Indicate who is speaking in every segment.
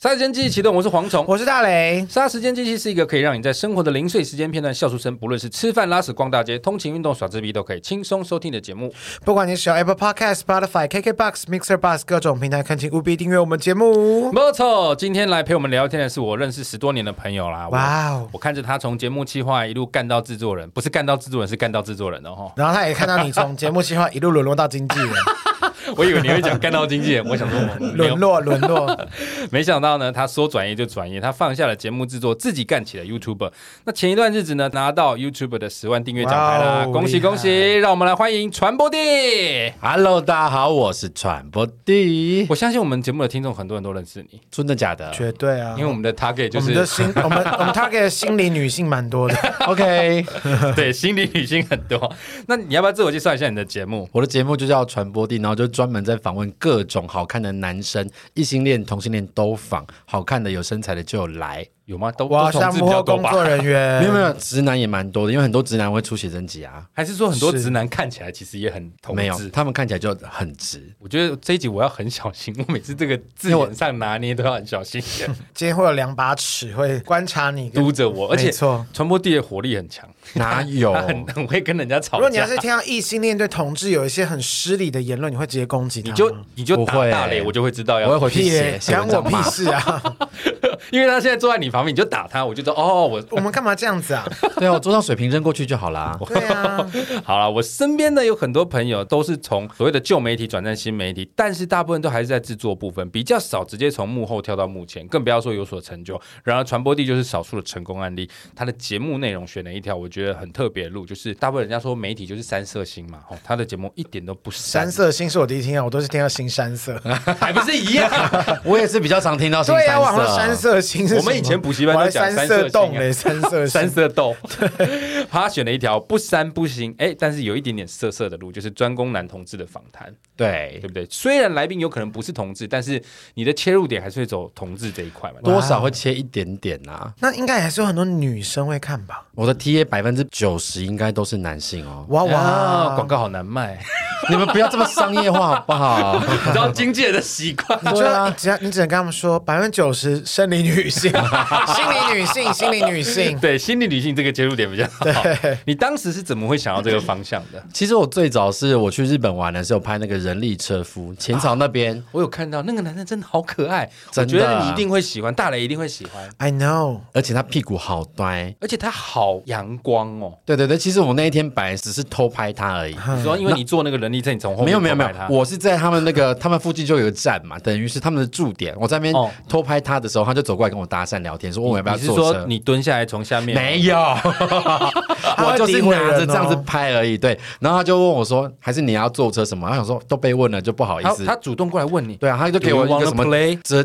Speaker 1: 杀时间机器启动，我是蝗虫。
Speaker 2: 我是大雷，
Speaker 1: 杀时间机器是一个可以让你在生活的零碎时间片段笑出声，不论是吃饭、拉屎、逛大街、通勤、运动、耍自闭，都可以轻松收听的节目。
Speaker 2: 不管你使用 Apple Podcast、Spotify、KKBox、Mixer Bus 各种平台，恳请务必订阅我们节目。
Speaker 1: 没错，今天来陪我们聊天的是我认识十多年的朋友啦。哇！
Speaker 2: 哇哦！
Speaker 1: 我看着他从节目企划一路干到制作人，不是干到制作人，是干到制作人 哦。
Speaker 2: 然后他也看到你从节目计划一路沦落到经纪人，
Speaker 1: 我以为你会讲干到经纪人，我想说我们没有
Speaker 2: 沦落沦落，
Speaker 1: 没想到呢，他说转业就转业，他放下了节目制作，自己干起了 YouTuber。那前一段日子呢，拿到 YouTuber 的十万订阅奖牌啦，
Speaker 2: 哇哦
Speaker 1: 恭喜
Speaker 2: 厉害
Speaker 1: 恭喜！让我们来欢迎传播弟。
Speaker 3: Hello，大家好，我是传播帝。
Speaker 1: 我相信我们节目的听众很多人都认识你，
Speaker 3: 真的假的
Speaker 2: 绝对啊！
Speaker 1: 因为我们的 target 就
Speaker 2: 我们的
Speaker 1: 是
Speaker 2: 心，我们我们 target 的心理女性蛮多的。
Speaker 3: ？OK，
Speaker 1: 对心理女性很 多。那你要不要自我介绍一下你的节目？
Speaker 3: 我的节目就叫传播帝，然后就专门在访问各种好看的男生，异性恋、同性恋都访，好看的有身材的就有来，
Speaker 1: 有吗？都
Speaker 2: 我要
Speaker 1: 都同
Speaker 2: 像
Speaker 1: 志
Speaker 2: 幕
Speaker 1: 比较
Speaker 2: 后
Speaker 1: 多
Speaker 2: 工
Speaker 1: 吧？
Speaker 2: 作人员，
Speaker 3: 没有没有，直男也蛮多的，因为很多直男会出写真集啊，
Speaker 1: 还是说很多
Speaker 2: 是
Speaker 1: 直男看起来其实也很同
Speaker 3: 没有，
Speaker 1: 志？
Speaker 3: 他们看起来就很直。
Speaker 1: 我觉得这一集我要很小心，我每次这个字眼上拿捏都要很小心，
Speaker 2: 今天会有两把尺会观察你跟。
Speaker 1: 督着我。而且
Speaker 2: 没错哦
Speaker 1: 传播地的火力很强，
Speaker 3: 哪有？
Speaker 1: 他很很会跟人家吵
Speaker 2: 如果你要
Speaker 1: 架。
Speaker 2: 是听到异性恋对同志有一些很失礼的言论，你会直接攻击他
Speaker 1: 你
Speaker 2: 吗？
Speaker 1: 就你就打
Speaker 3: 不会
Speaker 1: 大雷，我就会知道
Speaker 3: 我会
Speaker 1: 要，
Speaker 3: 回去
Speaker 2: 屁
Speaker 3: 写
Speaker 2: 耶，
Speaker 3: 写
Speaker 2: 关
Speaker 3: 文
Speaker 2: 我
Speaker 3: 章
Speaker 2: 屁
Speaker 3: 骂。
Speaker 2: 事啊！
Speaker 1: 因为他现在坐在你旁边，你就打他，我就知道哦，我
Speaker 2: 我们干嘛这样子啊？
Speaker 3: 对啊，我桌上水瓶扔过去就好啦。
Speaker 2: 对 啊，
Speaker 1: 好了，我身边的有很多朋友都是从所谓的旧媒体转战新媒体，但是大部分都还是在制作部分，比较少直接从幕后跳到幕前，更不要说有所成就。然而，传播地就是少数的成功案例。他的节目内容选了一条我觉得很特别的路，就是大部分人家说媒体就是三色星嘛，哦，他的节目一点都不
Speaker 2: 山
Speaker 1: 三，
Speaker 2: 色星是我第一次听到，我都是听到新山色。
Speaker 1: 还不是一样？
Speaker 3: 我也是比较常听到新
Speaker 2: 对呀、啊，网
Speaker 3: 三
Speaker 2: 络山
Speaker 3: 色。
Speaker 2: 色星是什么
Speaker 1: 我们以前补习班
Speaker 2: 我
Speaker 1: 都
Speaker 2: 还
Speaker 1: 讲
Speaker 2: 三
Speaker 1: 山色星
Speaker 2: 色
Speaker 1: 啊
Speaker 2: 洞嘞，三色
Speaker 1: 三
Speaker 2: 星。
Speaker 1: 色豆，他选了一条不三不星，哎、但是有一点点色色的路，就是专攻男同志的访谈。
Speaker 3: 对
Speaker 1: 对，不对？虽然来宾有可能不是同志，但是你的切入点还是会走同志这一块嘛。
Speaker 3: 多少会切一点点啊。
Speaker 2: 那应该还是有很多女生会看吧？
Speaker 3: 我的 T A 百分之九十应该都是男性哦。
Speaker 2: 哇
Speaker 1: 啊哇，
Speaker 2: 哇，
Speaker 1: 广告好难 卖，
Speaker 3: 你们不要这么商业化好不好？
Speaker 1: 你知道经纪人的习惯。
Speaker 2: 你知
Speaker 3: 对
Speaker 2: 道，
Speaker 3: 啊
Speaker 2: 你只要你只能跟他们说，百分之九十生理女性、心理女性、心理女性。
Speaker 1: 对，心理女性这个切入点比较好。你当时是怎么会想到这个方向的？
Speaker 3: 其实我最早是我去日本玩的时候拍那个人力车夫，浅草那边、
Speaker 1: 我有看到那个男生真的好可爱，我
Speaker 3: 真的啊
Speaker 1: 觉得你一定会喜欢，大雷一定会喜欢，
Speaker 2: I know，
Speaker 3: 而且他屁股好呆。
Speaker 1: 而且他好阳光哦。
Speaker 3: 对对对，其实我那一天本来只是偷拍他而已。
Speaker 1: 你说，因为你做那个人力车，你啊从后面
Speaker 3: 没嗯有没有没有
Speaker 1: 偷拍，他
Speaker 3: 我是在他们那个 他们附近就有个站嘛，等于是他们的驻点。我在那
Speaker 1: 哦
Speaker 3: 边偷拍他的时候，他就走过来跟我搭讪聊天，说问我要不要
Speaker 1: 你是
Speaker 3: 坐
Speaker 1: 说
Speaker 3: 车。
Speaker 1: 你蹲下来从下面？
Speaker 3: 没有， 我就是拿
Speaker 2: 哦
Speaker 3: 着这样子拍而已。对，然后他就问我说，还是你要坐车什么？他想说都被问了就不好意
Speaker 1: 他
Speaker 3: 思。
Speaker 1: 他主动过来问你，
Speaker 3: 对啊，他就给我
Speaker 1: Do you
Speaker 3: 一个
Speaker 1: wanna
Speaker 3: 什么
Speaker 1: play？
Speaker 3: 这，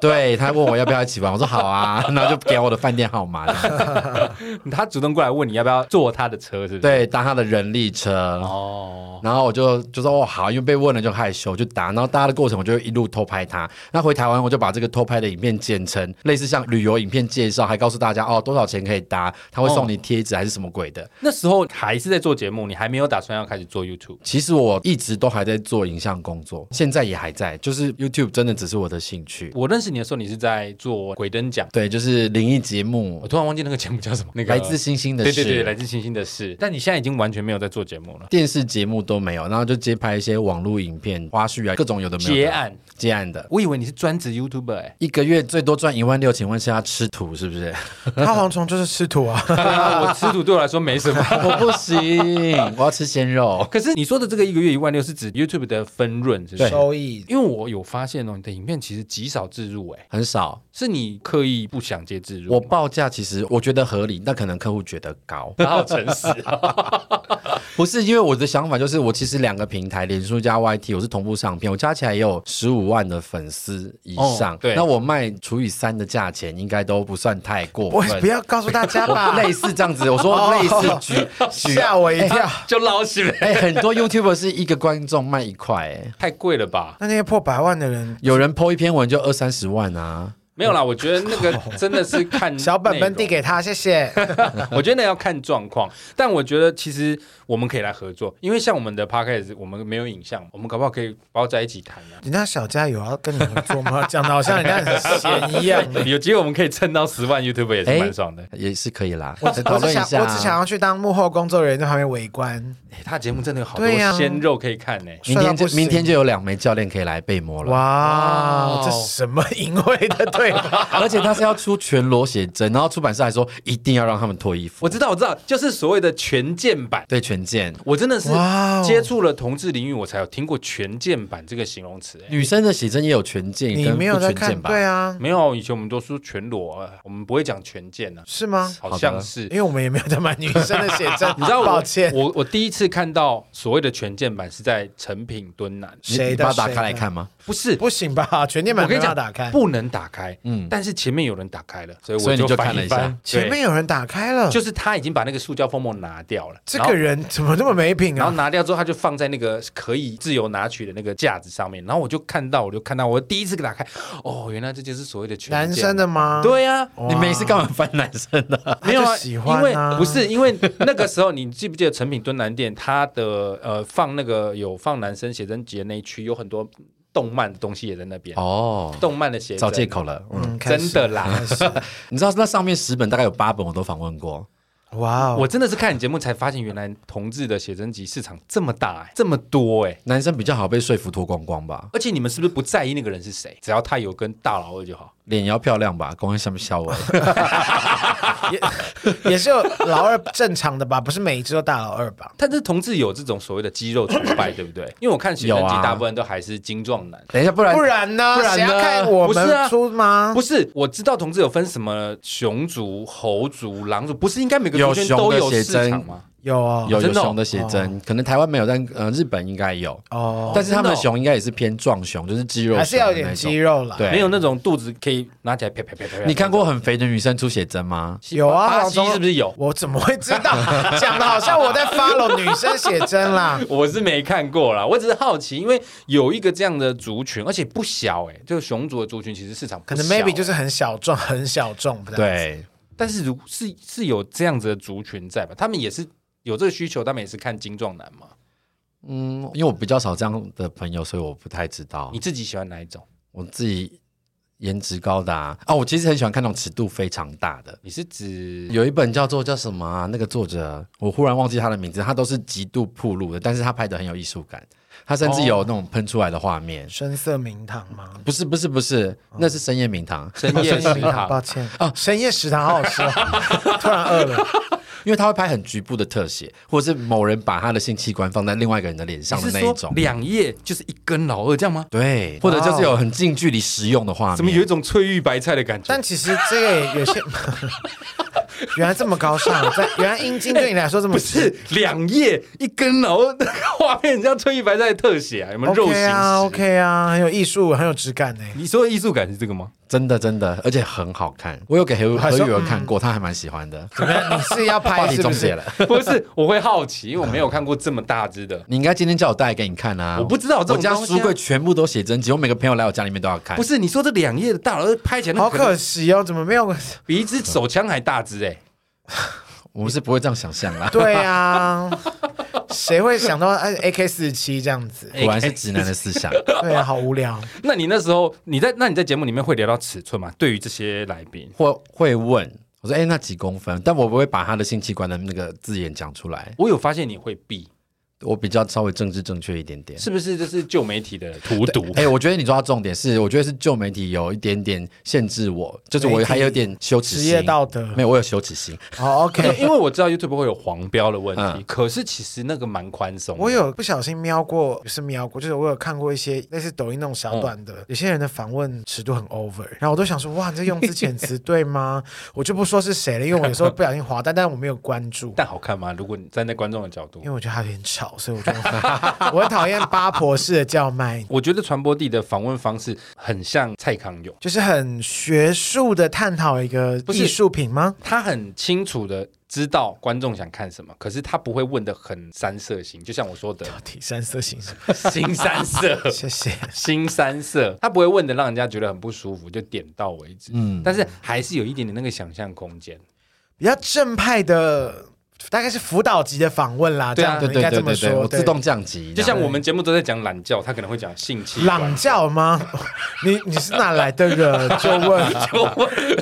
Speaker 3: 对他问我要不要一起玩，我说好啊，然后就给我的饭店号码，
Speaker 1: 他主动过来问你要不要坐他的车，是不是？
Speaker 3: 对，搭他的人力车，
Speaker 1: 哦，
Speaker 3: 然后我就就说哦好，因为被问了就害羞，就搭，然后搭的过程我就一路偷拍他。那回台湾我就把这个偷拍的影片剪成类似像旅游影片介绍，还告诉大家哦多少钱可以搭，他会
Speaker 1: 哦
Speaker 3: 送你贴纸还是什么鬼的。
Speaker 1: 那时候还是在做节目，你还没有打算要开始做 YouTube。
Speaker 3: 其实我一直都还在做影像工作，现在也还在，就是 YouTube 真的只是我的兴趣。
Speaker 1: 我认识你的时候，你是在做鬼灯奖，
Speaker 3: 对，就是灵异节
Speaker 1: 我
Speaker 3: 目，
Speaker 1: 突然忘记那个节目叫什 么，那个
Speaker 3: 来自星星的
Speaker 1: 对
Speaker 3: 事。
Speaker 1: 对对，来自星星的事。但你现在已经完全没有在做节目了，
Speaker 3: 电视节目都没有，然后就接拍一些网络影片、花絮啊，各种有的没有的
Speaker 1: 接案。
Speaker 3: 接案的，
Speaker 1: 我以为你是专职 YouTuber 哎、
Speaker 3: 一个月最多赚一万六，请问是要吃土是不是？
Speaker 2: 他蝗虫就是吃 土啊，
Speaker 1: 对啊，我吃土对我来说没什么。
Speaker 3: 我不行，我要吃鲜肉。
Speaker 1: 可是你说的这个一个月一万六是指 YouTube 的分润，是不是？
Speaker 2: 收益
Speaker 1: 因为我有发现哦，你的影片其实极少置入、哎，
Speaker 3: 很少，
Speaker 1: 是你刻意不想接置入吗，，
Speaker 3: 我报价其实我觉得合理，但可能客户觉得高
Speaker 1: 他好诚实啊，
Speaker 3: 不是因为我的想法就是，我其实两个平台，脸书加 YT，我是同步上片，我加起来也有十五万的粉丝以上，
Speaker 1: 哦对
Speaker 3: 那我卖除以三的价钱，应该都不算太过
Speaker 2: 我
Speaker 3: 分
Speaker 2: 不。要告诉大家吧，
Speaker 3: 类似这样子，我说类似举 举
Speaker 2: 吓我一跳。
Speaker 1: 就捞起来，
Speaker 3: 哎、很多 YouTuber 是一个观众卖一块、哎，
Speaker 1: 太贵了吧？
Speaker 2: 那那些破百万的人，
Speaker 3: 有人 PO 一篇文就二三十万啊。
Speaker 1: 没有啦，我觉得那 个真的是看
Speaker 2: 小本本递
Speaker 1: 嗯内
Speaker 2: 给他，谢谢。
Speaker 1: 容， 我觉得那要看状况。但我觉得其实我们可以来合作，因为像我们的 podcast 我们没有影像，我们搞不好可以包在一起谈啊。
Speaker 2: 人家小家有要跟你合作吗？讲的好像人家很闲 一样。
Speaker 1: 有机会我们可以蹭到十万 YouTube 也是蛮爽的。
Speaker 3: 也是可以啦。
Speaker 2: 我只
Speaker 3: 讨
Speaker 2: 我只
Speaker 3: 论一下
Speaker 2: 想
Speaker 3: 啊，
Speaker 2: 我只想要去当幕后工作人员，在旁边围观。
Speaker 1: 欸他节目真的有好多
Speaker 2: 对呀
Speaker 1: 鲜肉可以看呢、
Speaker 2: 帅
Speaker 3: 明
Speaker 2: 到
Speaker 3: 天
Speaker 2: 不
Speaker 3: 就
Speaker 2: 行
Speaker 3: 明天就有两枚教练可以来备摸了。
Speaker 2: 哇
Speaker 1: 哇，
Speaker 2: 这什么淫秽的对话？
Speaker 3: 而且他是要出全裸写真，然后出版社还说一定要让他们脱衣服，
Speaker 1: 我知道，我知道，就是所谓的全健版。
Speaker 3: 对全健。
Speaker 1: 我真的是
Speaker 2: 哇哦
Speaker 1: 接触了同志领域，我才有听过“全健版”这个形容词、欸。
Speaker 3: 女生的写真也有全健，
Speaker 2: 你
Speaker 3: 跟
Speaker 2: 没有
Speaker 3: 不
Speaker 2: 在
Speaker 3: 全
Speaker 2: 看？
Speaker 3: 健吧？
Speaker 2: 对啊，
Speaker 1: 没有，以前我们都说全裸，呃我们不会讲全健啊，
Speaker 2: 是吗？
Speaker 1: 好像是
Speaker 2: 因。为我们也没有在买女生的写真，
Speaker 1: 你知道我，
Speaker 2: 抱歉，
Speaker 1: 我我第一次看到所谓的全健版是在成品敦南，
Speaker 3: 你
Speaker 2: 谁
Speaker 3: 你
Speaker 2: 的
Speaker 3: 把它打
Speaker 2: 谁
Speaker 3: 开来
Speaker 2: 的
Speaker 3: 看吗？
Speaker 1: 不是。
Speaker 2: 不行吧？全店版
Speaker 1: 我
Speaker 2: 没
Speaker 1: 跟
Speaker 2: 有
Speaker 1: 你讲，
Speaker 2: 打开，
Speaker 1: 不能打开。
Speaker 3: 嗯
Speaker 1: 嗯，但是前面有人打开了，所以
Speaker 3: 所
Speaker 1: 我
Speaker 3: 以你就
Speaker 1: 翻
Speaker 3: 看了一下
Speaker 1: 翻。对
Speaker 2: 前面有人打开了，
Speaker 1: 就是他已经把那个塑胶封膜拿掉了，
Speaker 2: 这
Speaker 1: 然后
Speaker 2: 个人怎么这么没品
Speaker 1: 然后
Speaker 2: 啊？
Speaker 1: 拿掉之后，他就放在那个可以自由拿取的那个架子上面。然后我就看到，我就看到，我第一次打开，哦，原来这就是所谓的全
Speaker 2: 男
Speaker 1: 健
Speaker 2: 生的吗？
Speaker 1: 对呀、啊。
Speaker 2: 哇，
Speaker 3: 你每次干嘛翻男生的、 啊？
Speaker 1: 没有
Speaker 2: 他
Speaker 1: 啊，
Speaker 2: 就喜欢啊
Speaker 1: 因为不是因为那个时候，你记不记得成品敦南店，它的呃放那个有放男生写真集的那一区，有很多动漫的东西也在那边，
Speaker 3: 哦，
Speaker 1: 动漫的写
Speaker 3: 找
Speaker 1: 真，
Speaker 3: 借口了。
Speaker 2: 嗯，开始
Speaker 1: 真的啦，
Speaker 2: 开始
Speaker 3: 你知道那上面十本大概有八本我都访问过，
Speaker 2: 哇哦，
Speaker 1: 我真的是看你节目才发现，原来同志的写真集市场这么大、哎，这么多哎、
Speaker 3: 男生比较好被说服脱光光吧，
Speaker 1: 而且你们是不是不在意那个人是谁？只要他有跟大老二就好。
Speaker 3: 脸也要漂亮吧，光上面笑我。
Speaker 2: 也是有老二正常的吧？不是每一只都大老二吧？
Speaker 1: 但是同志有这种所谓的肌肉崇拜，对不对？因为我看写真
Speaker 3: 有
Speaker 1: 集
Speaker 3: 啊
Speaker 1: 大部分都还是精壮男。
Speaker 3: 等一下，不然
Speaker 2: 不然呢？
Speaker 3: 不然呢
Speaker 2: 谁要看我
Speaker 1: 不是
Speaker 2: 们
Speaker 1: 啊
Speaker 2: 出吗？
Speaker 1: 不是，我知道同志有分什么熊族、猴族、狼族，不是应该每个
Speaker 3: 有
Speaker 1: 族群都
Speaker 3: 熊
Speaker 1: 有
Speaker 3: 的写
Speaker 1: 市
Speaker 3: 真
Speaker 1: 场吗？
Speaker 2: 有哦
Speaker 3: 有有
Speaker 1: 真的哦
Speaker 3: 熊的写真，可能台湾没有，但呃日本应该有。
Speaker 2: 哦，
Speaker 3: 但是他们
Speaker 1: 真
Speaker 3: 的
Speaker 1: 的哦
Speaker 3: 熊应该也是偏壮熊，就是肌肉，
Speaker 2: 还是要有点肌。肉啦。
Speaker 3: 对，
Speaker 1: 没有那种肚子可以拿起来啪啪啪啪啪。
Speaker 3: 你看过很肥的女生出写真吗？
Speaker 2: 有啊
Speaker 1: 巴
Speaker 2: 黄
Speaker 1: 西
Speaker 2: 忠
Speaker 1: 是不是有？
Speaker 2: 我怎么会知 道？讲的好像我在 follow 女生写真啦。
Speaker 1: 我是没看过啦，我只是好奇，因为有一个这样的族群，而且不小哎、就是熊族的族群其实市场
Speaker 2: 可
Speaker 1: 不
Speaker 2: 能
Speaker 1: 小
Speaker 2: maybe
Speaker 1: 欸
Speaker 2: 就是很小众，很小众。不太，
Speaker 3: 对，
Speaker 1: 但是如是是有这样子的族群在吧？他们也是有这个需求，他们也是看精壮男嘛？
Speaker 3: 嗯，因为我比较少这样的朋友，所以我不太知道
Speaker 1: 你。自己喜欢哪一种？
Speaker 3: 我自己颜值高的啊，啊，我其实很喜欢看那种尺度非常大的。
Speaker 1: 你是指
Speaker 3: 有一本叫做叫什么啊？那个作者我忽然忘记他的名字，他都是极度铺路的，但是他拍的很有艺术感，他甚至有那种喷出来的画面。
Speaker 2: 深色名堂吗？
Speaker 3: 不是不是不是，那是深夜名堂，
Speaker 1: 深夜食
Speaker 2: 抱
Speaker 1: 堂，哦
Speaker 2: 歉啊，深夜食堂好好 吃哦，突然饿了。
Speaker 3: 因为他会拍很局部的特写，或者是某人把他的性器官放在另外一个人的脸上
Speaker 1: 你
Speaker 3: 的
Speaker 1: 是
Speaker 3: 那一
Speaker 1: 说
Speaker 3: 种，
Speaker 1: 两页就是一根老二这样吗？
Speaker 3: 对，或者就是有很近距离实用的画
Speaker 1: 怎么有一
Speaker 3: 面。
Speaker 1: 种翠玉白菜的感觉
Speaker 2: 但？其实这个也有些， 原来这么高尚，啊在原来阴茎对你来说这么
Speaker 1: 不是两页一根老二，那个 画面很像翠玉白菜的特写啊，有没有肉形
Speaker 2: OK 啊
Speaker 1: 石？
Speaker 2: OK 啊，很有艺术，很有质感呢。
Speaker 1: 你说的艺术感是这个吗？
Speaker 3: 真的真的，而且很好看。我有给何
Speaker 2: 还
Speaker 3: 何
Speaker 2: 说
Speaker 3: 宇儿看过，他还蛮喜欢的。
Speaker 2: 怎么 样？你是要
Speaker 3: 话
Speaker 2: 拍
Speaker 3: 题
Speaker 2: 是不
Speaker 3: 终结
Speaker 2: 是？
Speaker 3: 了，
Speaker 1: 不是，我会好奇，因为我没有看过这么大只的。
Speaker 3: 你应该今天叫我带来给你看啊！
Speaker 1: 我不知道这
Speaker 3: 我
Speaker 1: 种
Speaker 3: 家
Speaker 1: 东西啊
Speaker 3: 书柜全部都写真集，我每个朋友来我家里面都要看。
Speaker 1: 不是你说这两页的大老二拍起来，
Speaker 2: 好可惜哦，怎么没 有？
Speaker 1: 比一只手枪还大只哎！
Speaker 3: 我们是不会这样想象 啦。
Speaker 2: 对啊，谁会想到哎 AK 四七这样子？
Speaker 3: 果然是直男的思想。
Speaker 2: 对啊，好无聊。
Speaker 1: 那你那时候你在那你在节目里面会聊到尺寸吗？对于这些来宾，
Speaker 3: 会会问我说：“哎、那几公分？”但我不会把他的性器官的那个字眼讲出来，
Speaker 1: 我有发现你会避，
Speaker 3: 我比较稍微政治正确一点点。
Speaker 1: 是不是这是旧媒体的荼毒？
Speaker 3: 哎、我觉得你抓到重点是，我觉得是旧媒体有一点点限制我，就是
Speaker 2: 媒
Speaker 3: 我
Speaker 2: 体
Speaker 3: 还有点羞耻
Speaker 2: 职
Speaker 3: 心，
Speaker 2: 业道德
Speaker 3: 没有，我有羞耻心。
Speaker 2: 好
Speaker 1: 因为
Speaker 2: OK，
Speaker 1: 因为我知道 YouTube 会有黄标的问题，
Speaker 3: 嗯
Speaker 1: 可是其实那个蛮宽松的。
Speaker 2: 我有不小心瞄过，不是瞄过，就是我有看过一些类似抖音那种小短
Speaker 3: 嗯
Speaker 2: 的，有些人的访问尺度很 over，然后我都想说，哇，你这用字遣 词对吗？我就不说是谁了，因为我有时候不小心滑，但但我没有关注，
Speaker 1: 但好看吗？如果你站在观众的角度
Speaker 2: 因为，我觉得他有点吵。老，所以我就我很讨厌八婆式的叫卖，
Speaker 1: 我觉得传播地的访问方式很像蔡康永，
Speaker 2: 就是很学术的探讨一个
Speaker 1: 不是
Speaker 2: 艺术品吗？
Speaker 1: 他很清楚的知道观众想看什么，可是他不会问的很三色型，就像我说的
Speaker 2: 挺三色形式，
Speaker 1: 新三色。
Speaker 2: 谢谢。
Speaker 1: 新三色，他不会问的让人家觉得很不舒服，就点到为止。嗯，但是还是有一点点那个想象空间。
Speaker 3: 嗯
Speaker 2: 比较正派的，大概是辅导级的访问啦，
Speaker 1: 对啊
Speaker 2: 这样应
Speaker 3: 对对
Speaker 2: 该这
Speaker 3: 对
Speaker 2: 么
Speaker 3: 对对，
Speaker 2: 说。
Speaker 3: 我自动降级，
Speaker 1: 就像我们节目都在讲懒觉，他可能会讲性器
Speaker 2: 对朗
Speaker 1: 官。
Speaker 2: 教吗？你你是哪来的人？就问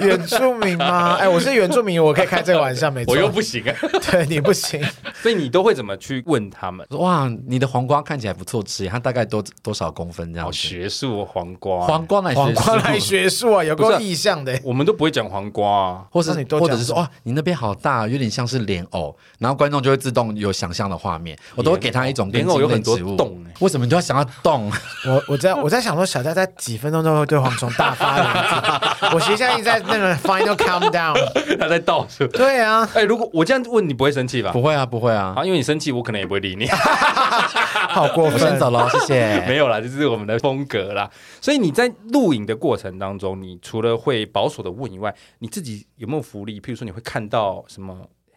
Speaker 2: 原住民吗？哎，我是原住民，我可以开这个玩笑，没错。
Speaker 1: 我又不行啊，
Speaker 2: 对你不行，
Speaker 1: 所以你都会怎么去问他们？
Speaker 3: 这样哇，你的黄瓜看起来不错吃耶，它大概多多少公分这样
Speaker 1: 好
Speaker 3: 子？
Speaker 1: 学术哦黄瓜，
Speaker 3: 黄瓜来
Speaker 2: 黄瓜来
Speaker 3: 学，
Speaker 2: 学术啊，有
Speaker 1: 不是
Speaker 2: 够
Speaker 1: 啊
Speaker 2: 意向的。
Speaker 1: 我们都不会讲黄瓜啊。
Speaker 3: 或
Speaker 2: 那
Speaker 3: 是
Speaker 2: 你都
Speaker 3: 或
Speaker 2: 讲
Speaker 3: 者是说哇，你那边好大，有点像是莲藕，然后观众就会自动有想象的画面，我都会给他一种跟
Speaker 1: 莲藕有很多
Speaker 3: 茎类植物
Speaker 1: 洞
Speaker 2: 欸
Speaker 1: 耶
Speaker 3: 为什么你就要想要 洞？
Speaker 2: 我我在我在想说，小佳在几分钟之后会对蝗虫大发雷霆。我其实现在一直在那个 final countdown。
Speaker 1: 他在倒数。
Speaker 2: 对啊，
Speaker 1: 哎，如果我这样问你，不会生气吧？
Speaker 3: 不会啊，不会啊，
Speaker 1: 啊，因为你生气，我可能也不会理你。
Speaker 2: 好过
Speaker 3: 我先
Speaker 2: 分。
Speaker 3: 走了，谢 谢。
Speaker 1: 没有啦，这是我们的风格啦。所以你在录影的过程当中，你除了会保守的问以外，你自己有没有福利？譬如说，你会看到什么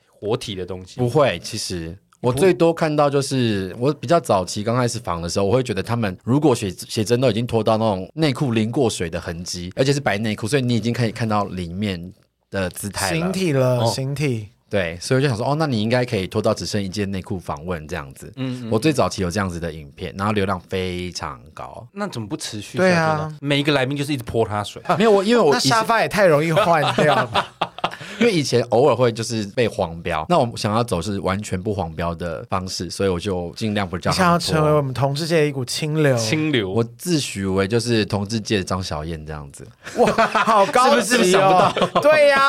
Speaker 1: 活体的东西？
Speaker 3: 不会，其实。我最多看到就是我比较早期刚开始访的时候，我会觉得他们如果写写真都已经脱到那种内裤淋过水的痕迹，而且是白内裤，所以你已经可以看到里面的姿态
Speaker 2: 形
Speaker 3: 了。
Speaker 2: 体了，
Speaker 1: 哦
Speaker 2: 形体。
Speaker 3: 对，所以我就想说，哦，那你应该可以脱到只剩一件内裤访问这样子。嗯我最早期有这样子的影片，然后流量非常高。
Speaker 1: 那怎么不持续？
Speaker 2: 对啊，
Speaker 1: 每一个来宾就是一直泼他水。
Speaker 3: 没有我，因为我
Speaker 2: 那
Speaker 3: 以前
Speaker 2: 沙发也太容易换掉了吧。
Speaker 3: 因为以前偶尔会就是被黄标，那我想要走是完全不黄标的方式，所以我就尽量不让
Speaker 2: 你想要
Speaker 3: 他们脱
Speaker 2: 成为我们同志界的一股清流，
Speaker 1: 清流，
Speaker 3: 我自诩为就是同志界的张小燕这样子，
Speaker 2: 哇，好高
Speaker 3: 是不是
Speaker 2: 级
Speaker 3: 想
Speaker 2: 哦！
Speaker 3: 不
Speaker 2: 对呀、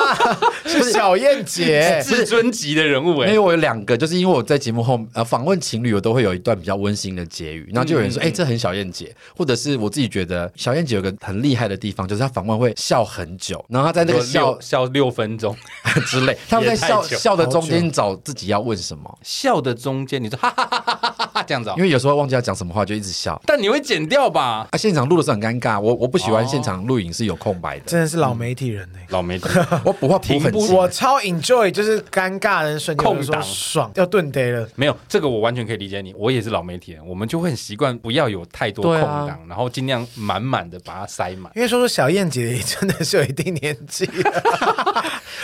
Speaker 2: 是小燕姐，
Speaker 1: 至尊级的人物哎、
Speaker 3: 因为我有两个，就是因为我在节目后呃访问情侣，我都会有一段比较温馨的结语，然后就有人说，
Speaker 1: 嗯
Speaker 3: 哎、这很小燕姐，或者是我自己觉得小燕姐有个很厉害的地方，就是她访问会笑很久，然后她在那个笑
Speaker 1: 笑笑六分钟，
Speaker 3: 之类，他们在
Speaker 1: 也太
Speaker 3: 笑
Speaker 1: 久
Speaker 3: 笑的中间找自己要问什么，
Speaker 1: 笑的中间你说哈哈哈哈哈哈这样子、哦
Speaker 3: 因，为有时候忘记要讲什么话就一直笑。
Speaker 1: 但你会剪掉吧？
Speaker 3: 啊，现场录的时候很尴尬，我我不喜
Speaker 1: 哦
Speaker 3: 欢现场录影是有空白的，
Speaker 2: 真的是老媒体人呢、
Speaker 1: 老媒体
Speaker 3: 我补话补很紧
Speaker 2: 我超 enjoy，就是尴尬的瞬间，
Speaker 1: 空
Speaker 2: 我就说
Speaker 1: 档
Speaker 2: 爽，要顿呆了。
Speaker 1: 没有这个，我完全可以理解你。我也是老媒体人，我们就会很习惯不要有太多
Speaker 3: 对
Speaker 1: 空
Speaker 3: 啊
Speaker 1: 档，然后尽量满满的把它塞满。
Speaker 2: 因为说说小燕姐也真的是有一定年纪了，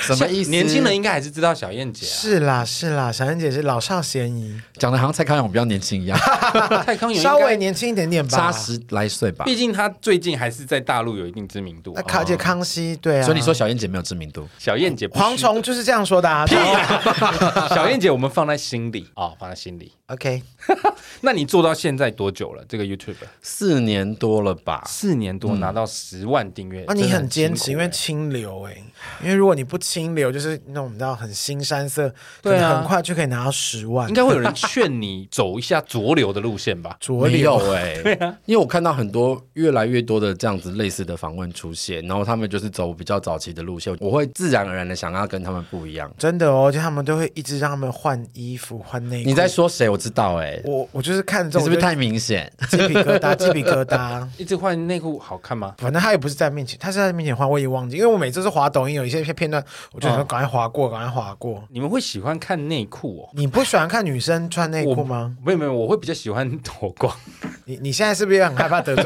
Speaker 3: 什么意思？
Speaker 1: 年轻人应该还是知道小燕 姐
Speaker 2: 是啦是啦，小燕姐是老少咸宜，
Speaker 3: 讲的好像蔡康永比较年轻 一样，
Speaker 1: 啊，蔡康永应该
Speaker 2: 稍微，年轻一点点吧
Speaker 3: 差。十来岁吧。
Speaker 1: 毕竟她最近还是在大陆有一定知名度
Speaker 2: 那。卡姐康熙对啊，
Speaker 3: 哦所以你说小燕姐没有知名度，
Speaker 1: 小燕姐不虚
Speaker 2: 蝗虫就是这样说的啊。
Speaker 1: 小燕姐，我们放在心里啊、放在心里。
Speaker 2: OK，
Speaker 1: 那你做到现在多久了？这个 YouTube
Speaker 3: 四年多了吧？
Speaker 1: 四年多拿到十万订阅，
Speaker 2: 那啊你
Speaker 1: 真的
Speaker 2: 很坚
Speaker 1: 辛苦
Speaker 2: 持，因为
Speaker 1: 欸
Speaker 2: 清流哎、因为如果你不清流，就是那种你知道很新山色，
Speaker 1: 对啊
Speaker 2: 可能很快就可以拿到十万。
Speaker 1: 应。该会有人劝你走一下浊流的路线吧
Speaker 2: 浊
Speaker 3: 没有
Speaker 2: 流，
Speaker 3: 哎、 因为我看到很多越来越多的这样子类似的访问出现，然后他们就是走比较早期的路线，我会自然而然的想要跟他们不一样。
Speaker 2: 真的哦，就他们都会一直让他们换衣服、换内裤。
Speaker 3: 你在说谁？我知道哎、
Speaker 2: 我我就是看这种，
Speaker 3: 你是不是太明显？
Speaker 2: 我就鸡皮疙 瘩，鸡皮疙瘩。
Speaker 1: 一直换内裤好看吗？
Speaker 2: 反正他也不是在面前，他是在面前换，我也忘记，因为我每次是滑抖音，有一些片段，我
Speaker 3: 哦
Speaker 2: 就想说赶快划过，赶快划过。
Speaker 1: 你们会喜欢看内裤哦？
Speaker 2: 你不喜欢看女生穿内裤吗？
Speaker 1: 没有没有，我会比较喜欢 脱光。
Speaker 2: 你你现在是不是也很害怕得罪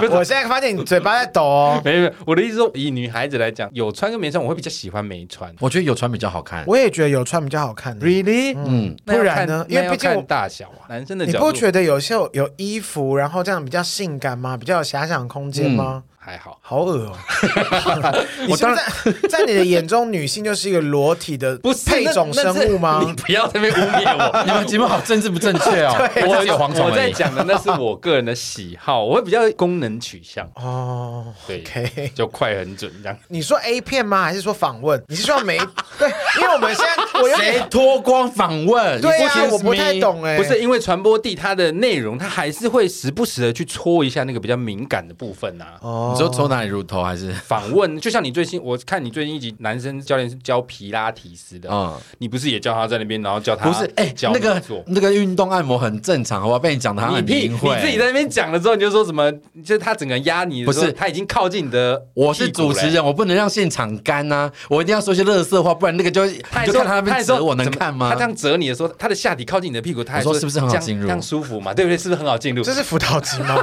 Speaker 2: 们？我现在发现你嘴巴在抖哦。
Speaker 1: 没有没有，我的意思说，以女孩子来讲，有穿跟没穿，我会比较喜欢没穿。
Speaker 3: 我觉得有穿比较好看。
Speaker 2: 我也觉得有穿比较好看的。
Speaker 1: Really？嗯，那要
Speaker 2: 不然呢
Speaker 1: 看
Speaker 2: 因为
Speaker 1: 那要
Speaker 2: 毕竟
Speaker 1: 看
Speaker 2: 我
Speaker 1: 大小啊，男生的
Speaker 2: 你
Speaker 1: 角
Speaker 2: 不
Speaker 1: 度
Speaker 2: 觉得有些有有衣服，然后这样比较性感吗？比较有遐想空间吗？
Speaker 1: 还好，
Speaker 2: 好恶哦！ 你是不是在 在你的眼中，女性就是一个裸体的
Speaker 1: 不是
Speaker 2: 配种生物
Speaker 1: 那那是
Speaker 2: 吗
Speaker 1: 你？不要在那边污蔑 我。
Speaker 3: 你们节目好政治不正确 哦，我有蝗虫
Speaker 1: 我
Speaker 3: 而
Speaker 1: 在
Speaker 3: 已。
Speaker 1: 讲的那是我个人的喜好，我会比较功能取 向，
Speaker 2: 哦
Speaker 1: 对
Speaker 2: ，OK，
Speaker 1: 就快很准这样。
Speaker 2: 你说 A 片吗？还是说访问？你是说没？ 对，因为我们现在我有
Speaker 3: 谁
Speaker 2: 点
Speaker 3: 脱光访问？
Speaker 2: 对
Speaker 3: 你
Speaker 2: 呀、
Speaker 3: 啊不
Speaker 2: 我不太。懂哎、
Speaker 1: 不是因为传播地它的内容，它还是会时不时的去戳一下那个比较敏感的部分啊。
Speaker 2: 哦
Speaker 3: 你说从哪里入头还是？
Speaker 1: 访问，就像你最新，我看你最近一集，男生教练是教皮拉提斯的，
Speaker 3: 嗯，
Speaker 1: 你不是也教他在那边，然后教他
Speaker 3: 不是，哎、
Speaker 1: 教
Speaker 3: 那个
Speaker 1: 你做
Speaker 3: 那个运动按摩很正常，好不好？被你讲的好像
Speaker 1: 你
Speaker 3: 很
Speaker 1: 屁，
Speaker 3: 淫
Speaker 1: 你
Speaker 3: 秽。
Speaker 1: 自己在那边讲了之后，你就说什么？就是他整个压你的时候，
Speaker 3: 不是
Speaker 1: 他已经靠近你的，
Speaker 3: 我是主持，人，我不能让现场干呐、我一定要说一些乐色话，不然那个就你
Speaker 1: 他还
Speaker 3: 就
Speaker 1: 说
Speaker 3: 看他那
Speaker 1: 还
Speaker 3: 边
Speaker 1: 说
Speaker 3: 折，我能
Speaker 1: 怎么
Speaker 3: 看吗
Speaker 1: 他这？样折你的时候，他的下体靠近你的屁股，他还
Speaker 3: 我说是不是很好
Speaker 1: 这样
Speaker 3: 进入
Speaker 1: 这样舒服嘛？对不对？是不是很好进入？
Speaker 2: 这是辅导级吗？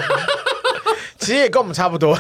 Speaker 2: 其实也跟我们差不多，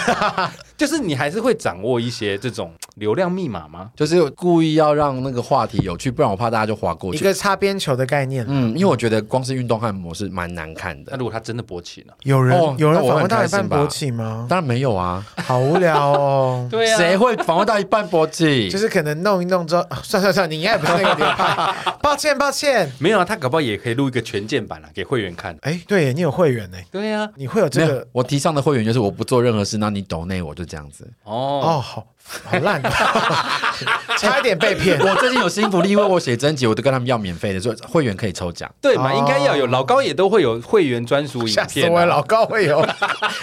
Speaker 1: 就是你还是会掌握一些这种流量密码吗？
Speaker 3: 就是故意要让那个话题有趣，不然我怕大家就划过
Speaker 2: 一
Speaker 3: 去。
Speaker 2: 个擦边球的概念。
Speaker 3: 嗯，因为我觉得光是运动按摩是蛮难看
Speaker 1: 那
Speaker 3: 的。
Speaker 1: 如果他真的勃起呢？
Speaker 2: 有人、
Speaker 3: 哦
Speaker 2: 有人
Speaker 3: 那我
Speaker 2: 访问
Speaker 3: 很
Speaker 2: 到
Speaker 3: 开
Speaker 2: 一
Speaker 3: 心
Speaker 2: 半
Speaker 3: 吧
Speaker 2: 勃起吗？
Speaker 3: 当然没有啊，
Speaker 2: 好无 聊哦。
Speaker 1: 对啊
Speaker 3: 谁会访问到一半勃起？
Speaker 2: 就是可能弄一弄之后，啊算算算，你应该也不是那个流派，抱歉抱歉。
Speaker 1: 没有啊，他搞不好也可以录一个全键版啊，给会员
Speaker 3: 哦
Speaker 1: 看。
Speaker 2: 哎，对耶，你有会员呢，
Speaker 1: 对啊呀、
Speaker 2: 你会有
Speaker 3: 没
Speaker 2: 这
Speaker 3: 有
Speaker 2: 个，
Speaker 3: 我提倡的会员就是我不做任何事，那你抖内我就这样子。
Speaker 1: 哦，
Speaker 2: 哦，好好烂，哦差一点被骗。
Speaker 3: 我最近有新福利，因为我写真集，我都跟他们要免费的，所以会员可以抽奖。
Speaker 1: 对嘛，
Speaker 2: 哦
Speaker 1: 应该要有老高也都会有会员专属影
Speaker 2: 吓死
Speaker 1: 片、
Speaker 2: 我了，
Speaker 1: 啊。
Speaker 2: 老高会有，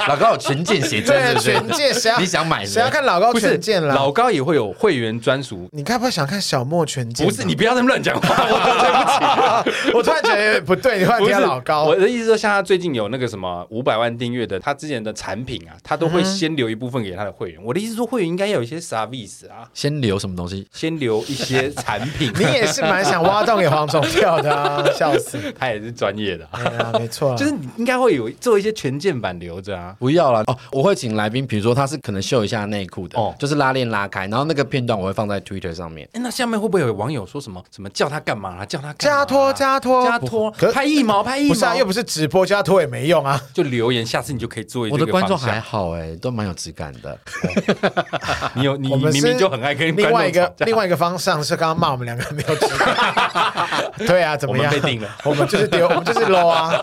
Speaker 3: 老高有全件写
Speaker 2: 对啊
Speaker 3: 真，是
Speaker 2: 全
Speaker 3: 不
Speaker 2: 界谁要
Speaker 3: 是？你想买
Speaker 2: 谁要
Speaker 3: 谁？
Speaker 2: 看老高
Speaker 1: 不是
Speaker 2: 全健啦？
Speaker 1: 老高也会有会员专属，
Speaker 2: 你该不会想看小莫全健
Speaker 1: 不
Speaker 2: 吧？
Speaker 1: 是你不要那么乱讲 话，我
Speaker 2: 我突然觉得有点不对，你突然
Speaker 1: 对不
Speaker 2: 提
Speaker 1: 起，
Speaker 2: 到老
Speaker 1: 我
Speaker 2: 高，
Speaker 1: 的意思说，像他最近有那个什么五百万订阅的，他之前的产品啊，他都会先留一部分给他的会员。我的意思说，会员应该要有一些 service 啊，
Speaker 3: 先留什么东西？
Speaker 1: 先留一些产品。啊
Speaker 2: 你也是蛮想挖洞给蝗虫跳的啊，笑死！
Speaker 1: 他也是专业的啊、
Speaker 2: 哎呀，没错啦，
Speaker 1: 就是你应该会有做一些全键版留着啊。
Speaker 3: 不要了哦，我会请来宾，比如说他是可能秀一下内裤的，
Speaker 1: 哦
Speaker 3: 就是拉链拉开，然后那个片段我会放在 Twitter 上面。
Speaker 1: 哎，那下面会不会有网友说什么什么叫他干嘛、啊叫他干嘛
Speaker 2: 加拖加拖
Speaker 1: 加拖
Speaker 2: 不可，
Speaker 1: 拍一毛拍一毛，
Speaker 2: 不是啊，又不
Speaker 1: 是
Speaker 2: 是直播加拖也没用啊。
Speaker 1: 就留言，下次你就可以做一
Speaker 3: 我的观众还
Speaker 1: 还
Speaker 3: 好哎、都蛮有质感的。
Speaker 1: 你 有你
Speaker 2: 我们是
Speaker 1: 明明就很爱跟
Speaker 2: 另外
Speaker 1: 观
Speaker 2: 一
Speaker 1: 众
Speaker 2: 个
Speaker 1: 吵架
Speaker 2: 另外一个方向是刚刚骂我们两个没有质感，对啊，怎
Speaker 1: 我
Speaker 2: 么
Speaker 1: 们
Speaker 2: 样
Speaker 1: 被？定 了。
Speaker 2: 我们就是丢，我们就是 low 啊！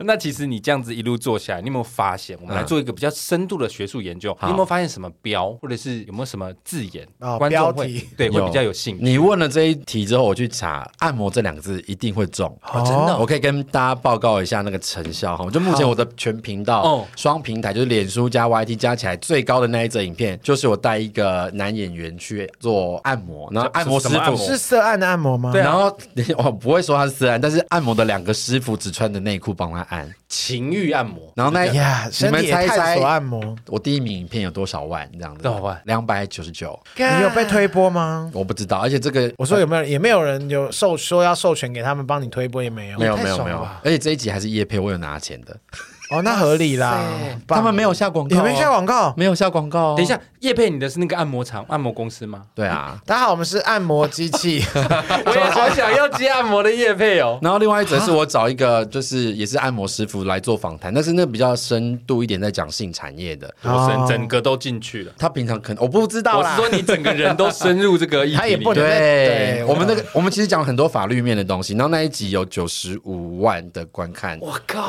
Speaker 1: 那其实你这样子一路做下来，你有没有发现？我们来
Speaker 2: 嗯
Speaker 1: 做一个比较深度的学术研究，
Speaker 3: 好
Speaker 1: 你有没有发现什么标，或者是有没有什么字眼，
Speaker 2: 哦
Speaker 1: 观众会
Speaker 2: 标题
Speaker 1: 对会
Speaker 3: 有
Speaker 1: 比较有兴趣？
Speaker 3: 你问了这一题之后，我去查“按摩”这两个字，一定会中。
Speaker 2: 哦真的哦
Speaker 3: 我可以跟大家报告一下那个成效哈。就目前我的全频
Speaker 1: 哦
Speaker 3: 道双平台，就是脸书加 YT 加起来最高的那一则影片，就是我带一个男演员去做按摩，然后按摩师
Speaker 1: 什么按
Speaker 3: 傅
Speaker 1: 摩
Speaker 2: 是色暗的按摩吗？
Speaker 1: 对啊
Speaker 3: 然后 我不会说他是私按，但是按摩的两个师傅只穿着内裤帮他按。
Speaker 1: 情欲按摩，
Speaker 2: 哦
Speaker 3: 然后那
Speaker 2: 呀，
Speaker 3: 你
Speaker 2: 身
Speaker 3: 们
Speaker 2: 体
Speaker 3: 猜一
Speaker 2: 探
Speaker 3: 猜
Speaker 2: 索，按摩，
Speaker 3: 我第一名影片有多少万这样子？
Speaker 1: 多少万
Speaker 3: 两百九十九，
Speaker 2: 你有被推播吗？
Speaker 3: 我不知道。而且这个
Speaker 2: 我说有没有，也没有人有授说要授权给他们帮你推播，也没有，
Speaker 3: 呃没有
Speaker 2: 太
Speaker 3: 没有
Speaker 2: 爽
Speaker 3: 没
Speaker 2: 了
Speaker 3: 有
Speaker 2: 吧，
Speaker 3: 而且这一集还是叶配，我有拿钱的，
Speaker 2: 哦，那合理啦。很棒
Speaker 3: 他们没有下广告、哦
Speaker 2: 也没下，广告。
Speaker 3: 没有下广告、哦
Speaker 1: 等一，下，叶佩，你的是那个按摩厂、按摩公司 吗？
Speaker 3: 对啊。
Speaker 2: 大家好，我们是按摩机 器，
Speaker 1: 哦我也好想要接按摩的叶佩哦。
Speaker 3: 然后另外一则是我找一个就是也是按摩师傅来做访谈，但是那比较深度一点，在讲性产业的。
Speaker 1: 我整
Speaker 2: 哦
Speaker 1: 整个都进去了。
Speaker 3: 他平常可能我不知道
Speaker 1: 我是
Speaker 3: 啦，
Speaker 1: 说你整个人都深入这个议题里面，
Speaker 2: 他也不能对
Speaker 3: 对，我们那
Speaker 2: 我
Speaker 3: 个我们其实讲了很多法律面的东西，然后那一集有九十五万的观看。
Speaker 1: 我靠，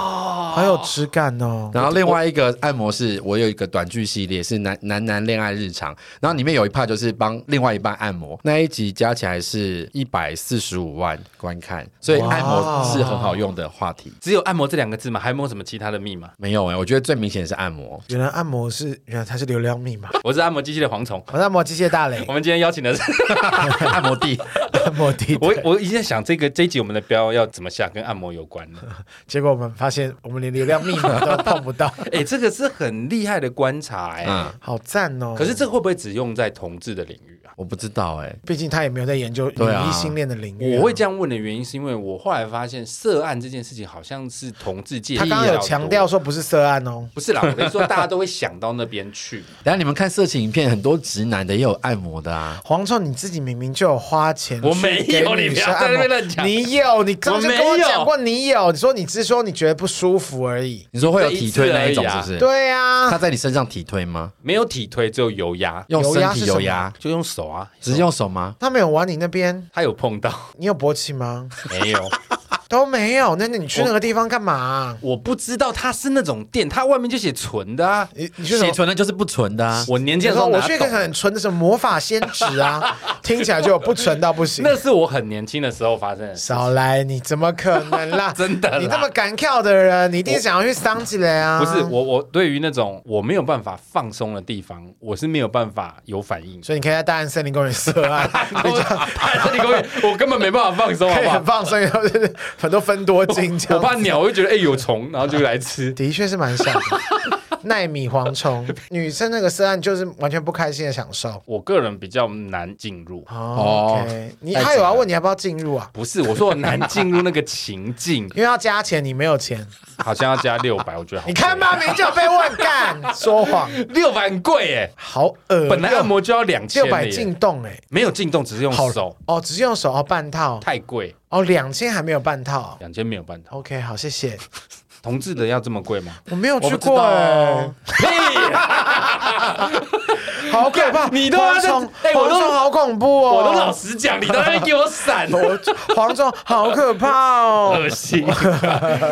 Speaker 2: 好有质感哦。
Speaker 3: 然后另外一个按摩是，我有一个短剧系列是男男男恋爱日常，然后里面有一 part 就是帮另外一半按摩，那一集加起来是一百四十五万观看，所以按摩是很好用的话题。
Speaker 1: 只有按摩这两个字吗？还有没有什么其他的密码？
Speaker 3: 没有哎、我觉得最明显的是按摩。
Speaker 2: 原来按摩是原来它是流量 密码。
Speaker 1: 我是按摩机器的蝗虫。
Speaker 2: 我是按摩机械大雷
Speaker 1: 我，们今天邀请的是
Speaker 3: 按摩地，
Speaker 2: 按摩地
Speaker 1: 我
Speaker 2: 带。，
Speaker 1: 我一直在想这个这一集我们的标要怎么下，跟按摩有关的。
Speaker 2: 结果我们发现我们连流量密码都碰不到，
Speaker 1: 哎、这个是很厉害的观察哎、
Speaker 3: 嗯，
Speaker 2: 好赞哦。
Speaker 1: 可是这个会不会只用在同志的领域啊？
Speaker 3: 我不知道哎、
Speaker 2: 毕竟他也没有在研究
Speaker 3: 对啊
Speaker 2: 女异性恋的领域啊。
Speaker 1: 我会这样问的原因是因为我后来发现涉案这件事情好像是同志界
Speaker 2: 他刚刚有强调，说不是色案哦。
Speaker 1: 不是啦，我跟你说大家都会想到那边去。
Speaker 3: 等一下你们看色情影片，很多直男的也有按摩的啊。
Speaker 2: 黄虫，你自己明明就有花钱，
Speaker 1: 我没有
Speaker 2: 你
Speaker 1: 你不要在那边乱讲
Speaker 2: 你有，你刚才
Speaker 1: 我没
Speaker 2: 跟我
Speaker 1: 有
Speaker 2: 讲过，你有，你说你只是说你觉得不舒服而已。
Speaker 3: 你说会有体推那一种
Speaker 1: 这一次而已
Speaker 3: 是
Speaker 1: 啊
Speaker 3: 不是？、
Speaker 2: 对啊，
Speaker 3: 他在你身上体推吗？
Speaker 1: 没有体推，只有油压，
Speaker 3: 用
Speaker 2: 油
Speaker 3: 身
Speaker 2: 压是
Speaker 3: 体
Speaker 2: 什
Speaker 3: 油
Speaker 2: 么
Speaker 3: 压，
Speaker 1: 就用手啊，
Speaker 3: 只是用手吗？
Speaker 2: 他没有往你那边，
Speaker 1: 他有碰到
Speaker 2: 你有勃起吗？
Speaker 1: 没有？
Speaker 2: 都没有。那那你去那个地方干嘛、
Speaker 1: 我不知道它是那种店，它外面就写纯的啊。
Speaker 2: 你你去什
Speaker 3: 写
Speaker 2: 么？
Speaker 3: 纯的就是不纯的啊。
Speaker 1: 我年
Speaker 2: 你
Speaker 1: 轻的时
Speaker 2: 说
Speaker 1: 候啊
Speaker 2: 我
Speaker 1: 哪
Speaker 2: 去一个
Speaker 1: 懂？
Speaker 2: 很纯的什么魔法仙纸 啊，听起来就有不纯到不行。
Speaker 1: 那是我很年轻的时候发生的事。
Speaker 2: 少来，你怎么可能啦？
Speaker 1: 真的啦
Speaker 2: 你这么敢跳的人，你一定想要去桑吉雷啊！
Speaker 1: 不是，我，我对于那种我没有办法放松的地方，我是没有办法有反 应。
Speaker 2: 所以你可以在大安森林公园涉 案，比较
Speaker 1: 海森林公园，我根本没办法放松，好
Speaker 2: 可以
Speaker 1: 不
Speaker 2: 很
Speaker 1: 哎好？
Speaker 2: 放松，然后就是很多分多金这
Speaker 1: 我
Speaker 2: 样子。
Speaker 1: 怕鸟，我就觉得哎、有虫，然后就来 吃。
Speaker 2: 的确是蛮像的，奈米蝗虫，女生那个涉案就是完全不开心的享受。
Speaker 1: 我个人比较难进入，
Speaker 2: 哦
Speaker 3: 哦
Speaker 2: ，OK，你
Speaker 3: 太
Speaker 2: 他有
Speaker 3: 扯
Speaker 2: 要
Speaker 3: 了
Speaker 2: 问你要不要进入啊？
Speaker 1: 不是我说我难进入那个情 境，
Speaker 2: 因为要加钱，你没有钱，
Speaker 1: 好像要加六百，我觉得好。
Speaker 2: 你看？吧，明明就有被问干， 说谎，
Speaker 1: 六百很贵耶，
Speaker 2: 好恶。 哦
Speaker 1: 本来按摩就要两千
Speaker 2: 六百进洞哎、
Speaker 1: 没有进洞，只是用
Speaker 2: 好
Speaker 1: 手，
Speaker 2: 哦，只是用手哦，半套
Speaker 1: 太贵，
Speaker 2: 哦，两千还没有半套。
Speaker 1: 两千没有办法。
Speaker 2: OK，好，谢谢。
Speaker 1: 同志的要这么贵吗？
Speaker 2: 我没有
Speaker 3: 我
Speaker 2: 去
Speaker 3: 不知
Speaker 2: 过
Speaker 3: 道
Speaker 2: 哎
Speaker 3: 哦、
Speaker 2: 啊好可怕！
Speaker 1: 你都
Speaker 2: 蝗
Speaker 1: 要在
Speaker 2: 虫，
Speaker 1: 哎我
Speaker 2: 蝗
Speaker 1: 都
Speaker 2: 虫好恐怖哦！
Speaker 1: 我都老实讲，你都在那边给我闪，
Speaker 2: 我蝗虫好可 怕哦！
Speaker 1: 恶心。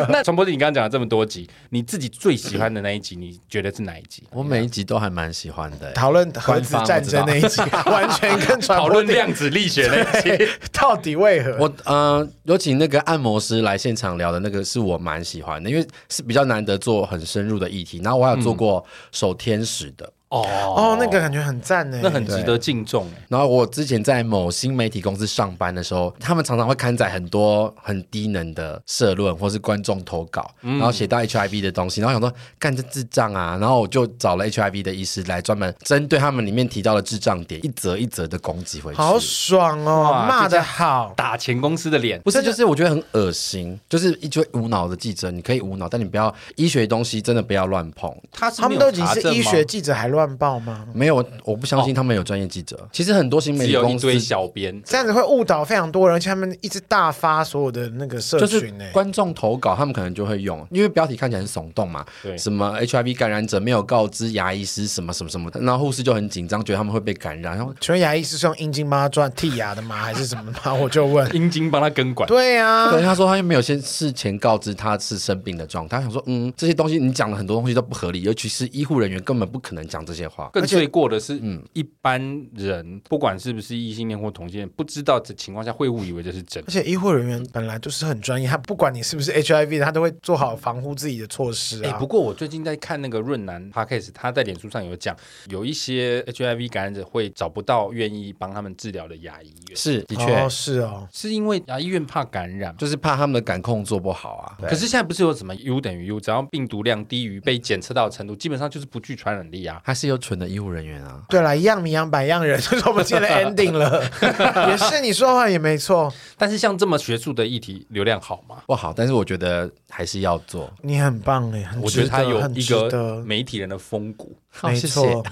Speaker 1: 那传播弟，你刚刚讲了这么多集，你自己最喜欢的那一集，你觉得是哪一集？
Speaker 3: 我每一集都还蛮喜欢的、欸。
Speaker 2: 讨论核子战争那一集，完全跟传
Speaker 1: 讨
Speaker 2: 播
Speaker 1: 论
Speaker 2: 地
Speaker 1: 量子力学那一集。
Speaker 2: 对 到底为何？
Speaker 3: 我呃，有请那个按摩师来现场聊的那个是我蛮喜欢的，因为是比较难得做很深入的议题。然后我还有做
Speaker 2: 嗯
Speaker 3: 过手天使的，
Speaker 1: 哦
Speaker 2: 哦，那个感觉很赞呢，
Speaker 1: 那很值得敬重哎。
Speaker 3: 然后我之前在某新媒体公司上班的时候，他们常常会刊载很多很低能的社论或是观众投稿，
Speaker 1: 嗯
Speaker 3: 然后写到 HIV 的东西，然后想说干这智障啊，然后我就找了 HIV 的医师来专门针对他们里面提到的智障点一则一则的攻击回去。
Speaker 2: 好爽哦，
Speaker 1: 哇
Speaker 2: 骂的好。
Speaker 1: 打前公司的脸，
Speaker 3: 不是，就是我觉得很恶心，就是一堆无脑的记者，你可以无脑，但你不要医学的东西真的不要乱碰。
Speaker 1: 他是
Speaker 2: 他
Speaker 1: 没
Speaker 2: 们
Speaker 1: 有
Speaker 2: 都已经
Speaker 1: 查
Speaker 2: 是
Speaker 1: 证
Speaker 2: 医
Speaker 1: 吗
Speaker 2: 学，记者，还乱报吗？
Speaker 3: 没有，我不相信他们有专业记者。其实很多新媒
Speaker 1: 哦只
Speaker 3: 体
Speaker 1: 有一
Speaker 3: 公司
Speaker 1: 堆小编。
Speaker 2: 这样子会误导非常多人，而且他们一直大发所有的那个社
Speaker 3: 就是
Speaker 2: 群呢。欸
Speaker 3: 观众投稿，他们可能就会用，因为标题看起来很耸动嘛。
Speaker 1: 对
Speaker 3: 什么 HIV 感染者没有告知牙医师什么什么什么的，然后护士就很紧张，觉得他们会被感染。然后
Speaker 2: 请问牙医是用阴茎帮他赚剃牙的吗？还是什么吗？我就问。
Speaker 1: 阴茎帮他根管，
Speaker 2: 对啊呀，
Speaker 3: 对他说，他又没有先事前告知他是生病的状态，他想说，嗯，这些东西你讲的很多东西都不合理，尤其是医护人员根本不可能讲这些话。
Speaker 1: 更罪过的是，
Speaker 2: 嗯
Speaker 1: 一般人不管是不是异性恋或同性恋，不知道的情况下会误以为这是真
Speaker 2: 而。且医护人员本来就是很专业，他不管你是不是 HIV 的，他都会做好防护自己的措施
Speaker 1: 哎、
Speaker 2: 啊
Speaker 1: 不。过我最近在看那个润南 podcast，他在脸书上有讲，有一些 HIV 感染者会找不到愿意帮他们治疗的牙医院，
Speaker 3: 是，的确，
Speaker 2: 哦，是哦，
Speaker 1: 是因为牙医院怕感染。
Speaker 3: 就是怕他们的感控做不好啊。
Speaker 1: 可是现在不是有什么 U 等于 U，只要病毒量低于被检测到的程度，基本上就是不具传染力啊。
Speaker 3: 还是有蠢的医护人员啊。
Speaker 2: 对了，一样米养百样人， 就是我们今天的 ending 了。 也是你说的话也没错，
Speaker 1: 但是像这么学术的议题，流量好吗？
Speaker 3: 不好，但是我觉得还是要做。
Speaker 2: 你很棒哎，很
Speaker 1: 我觉
Speaker 2: 值
Speaker 1: 得他
Speaker 2: 得，
Speaker 1: 有
Speaker 2: 很
Speaker 1: 一
Speaker 2: 值
Speaker 1: 个
Speaker 2: 得，
Speaker 1: 媒体人的风骨，
Speaker 3: 好
Speaker 2: 没
Speaker 3: 谢谢
Speaker 2: 错。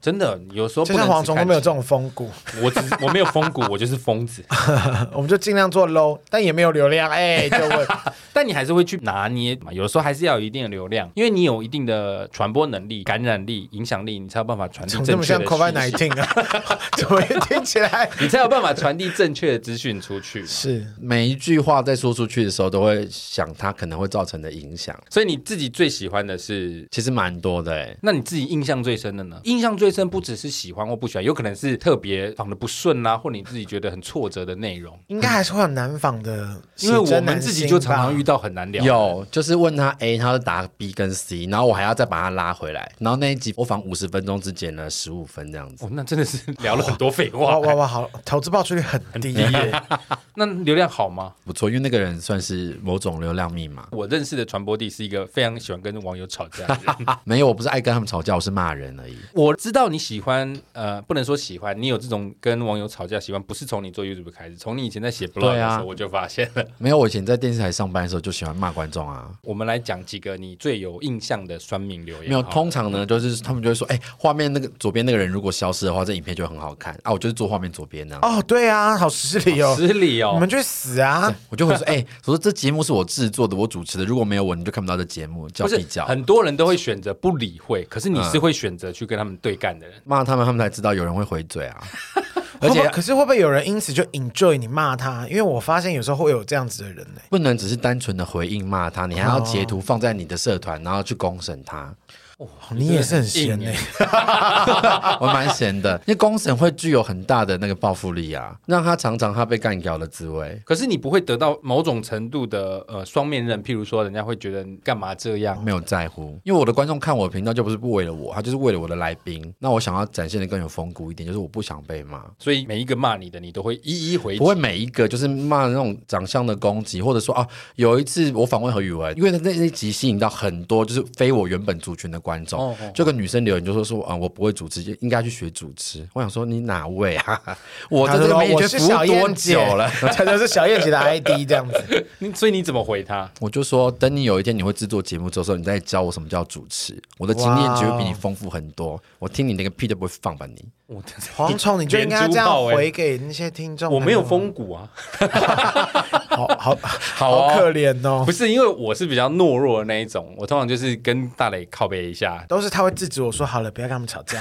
Speaker 1: 真的有时候
Speaker 2: 就
Speaker 1: 不能
Speaker 2: 像
Speaker 1: 只
Speaker 2: 蝗虫都
Speaker 1: 看
Speaker 2: 没有这种风骨，
Speaker 1: 我只是我没有风骨，我就是疯子。
Speaker 2: 我们就尽量做 low，但也没有流量哎，就 问
Speaker 1: 但你还是会去拿捏嘛，有时候还是要有一定的流量，因为你有一定的传播能力、感染力、影响力，你才有办法传递
Speaker 2: 怎么这
Speaker 1: 正
Speaker 2: 么
Speaker 1: 确
Speaker 2: 像
Speaker 1: 的讯
Speaker 2: COVID
Speaker 1: 息，
Speaker 2: nineteen 啊？ 怎么听起 来
Speaker 1: 你才有办法传递正确的资讯出去。
Speaker 2: 是？
Speaker 3: 每一句话在说出去的时候，都会想它可能会造成的影响，
Speaker 1: 所以你自己最喜欢的是。
Speaker 3: 其实蛮多的、欸。
Speaker 1: 那你自己印象最深的呢？印象最深不只是喜欢或不喜欢，有可能是特别仿的不顺啦、或你自己觉得很挫折的内容。
Speaker 2: 应该还是会有难访的，
Speaker 1: 因为
Speaker 2: 写
Speaker 1: 我
Speaker 2: 真
Speaker 1: 们
Speaker 2: 男
Speaker 1: 自己
Speaker 2: 星
Speaker 1: 就常常
Speaker 2: 吧
Speaker 1: 遇到很难聊。，
Speaker 3: 有，就是问他 A，他就答 B 跟 C，然后我还要再把他拉回来。然后那一集我仿五十分钟只剪了十五分这样子。
Speaker 1: 哦，那真的是聊了很多废
Speaker 2: 哇
Speaker 1: 话。
Speaker 2: 哇哇，好，投资报酬率很低耶。
Speaker 1: 那流量好吗？
Speaker 3: 不错，因为那个人算是某种流量密码。
Speaker 1: 我认识的传播帝是一个非常喜欢跟网友吵架的人。
Speaker 3: 啊没有，我不是爱跟他们吵架，我是骂人而已。
Speaker 1: 我知道你喜欢，呃，不能说喜欢，你有这种跟网友吵架习惯，不是从你做 YouTube 开始，从你以前在写 blog 的
Speaker 3: 对
Speaker 1: 时
Speaker 3: 啊
Speaker 1: 候我就发现了。
Speaker 3: 没有，我以前在电视台上班的时候就喜欢骂观众啊。
Speaker 1: 我们来讲几个你最有印象的酸民留言。
Speaker 3: 没有，
Speaker 1: 好
Speaker 3: 通常呢，就是他们就会说，哎、画面那个左边那个人如果消失的话，这影片就会很好看啊。我就是坐画面左边呢、
Speaker 2: 哦，对啊，好失礼哦，
Speaker 1: 失礼
Speaker 2: 你
Speaker 1: 哦
Speaker 2: 们。去死啊！
Speaker 3: 我就会说，哎、我说这节目是我制作的，我主持的，如果没有我，你就看不到这节目，叫
Speaker 1: 不是
Speaker 3: 比较。
Speaker 1: 很多人都会选择不
Speaker 3: 嗯
Speaker 1: 理会，可是你是会选择去跟他们对干的人。
Speaker 3: 骂他们，他们才知道有人会回嘴啊。
Speaker 2: 会
Speaker 3: 而
Speaker 2: 不
Speaker 3: 且
Speaker 2: 会可是会不会有人因此就 enjoy 你骂他？因为我发现有时候会有这样子的人呢、
Speaker 3: 不能只是单纯的回应骂他，你还要截图放在你的社团，然后去公审他。哦
Speaker 1: 哦
Speaker 2: 你也是很闲
Speaker 1: 硬
Speaker 2: 呢、
Speaker 1: 欸
Speaker 3: 我蛮闲的，因为公审会具有很大的那个报复力啊，让他尝尝他被干掉的滋味。
Speaker 1: 可是你不会得到某种程度的呃双面刃，譬如说人家会觉得你干嘛这样，
Speaker 3: 没有在乎，因为我的观众看我的频道就不是不为了我，他就是为了我的来宾。那我想要展现的更有风骨一点，就是我不想被骂。
Speaker 1: 所以每一个骂你的你都会一一回击
Speaker 3: 不。会每一个就是骂那种长相的攻击，或者说啊，有一次我访问何宇文，因为那那那集吸引到很多就是非我原本族群的观众，
Speaker 1: 哦哦
Speaker 3: 就跟女生留言就说说啊、我不会主持，应该去学主持。我想说你哪位啊？ 我在这个
Speaker 2: 他
Speaker 3: 媒
Speaker 2: 说哦
Speaker 3: 体
Speaker 2: 我
Speaker 3: 圈
Speaker 2: 是
Speaker 3: 服
Speaker 2: 小
Speaker 3: 务多
Speaker 2: 燕姐
Speaker 3: 久了？，
Speaker 2: 他就是小燕姐的 ID 这样子。
Speaker 1: 你所以你怎么回他？
Speaker 3: 我就说，等你有一天你会制作节目之后，你再教我什么叫主持，我的经
Speaker 2: 哦
Speaker 3: 验绝对比你丰富很多。我听你那个屁都不会放吧你。
Speaker 1: 我的
Speaker 2: 蝗虫，你就应该这
Speaker 1: 连珠
Speaker 2: 样
Speaker 1: 炮欸
Speaker 2: 回给那些听众。
Speaker 1: 我没有，风骨啊，
Speaker 2: 好好
Speaker 1: 好
Speaker 2: 好
Speaker 1: 哦
Speaker 2: 可怜哦
Speaker 1: 不。是因为我是比较懦弱的那一种，我通常就是跟大磊靠背一下，
Speaker 2: 都是他会制止我说好了，不要跟他们吵架。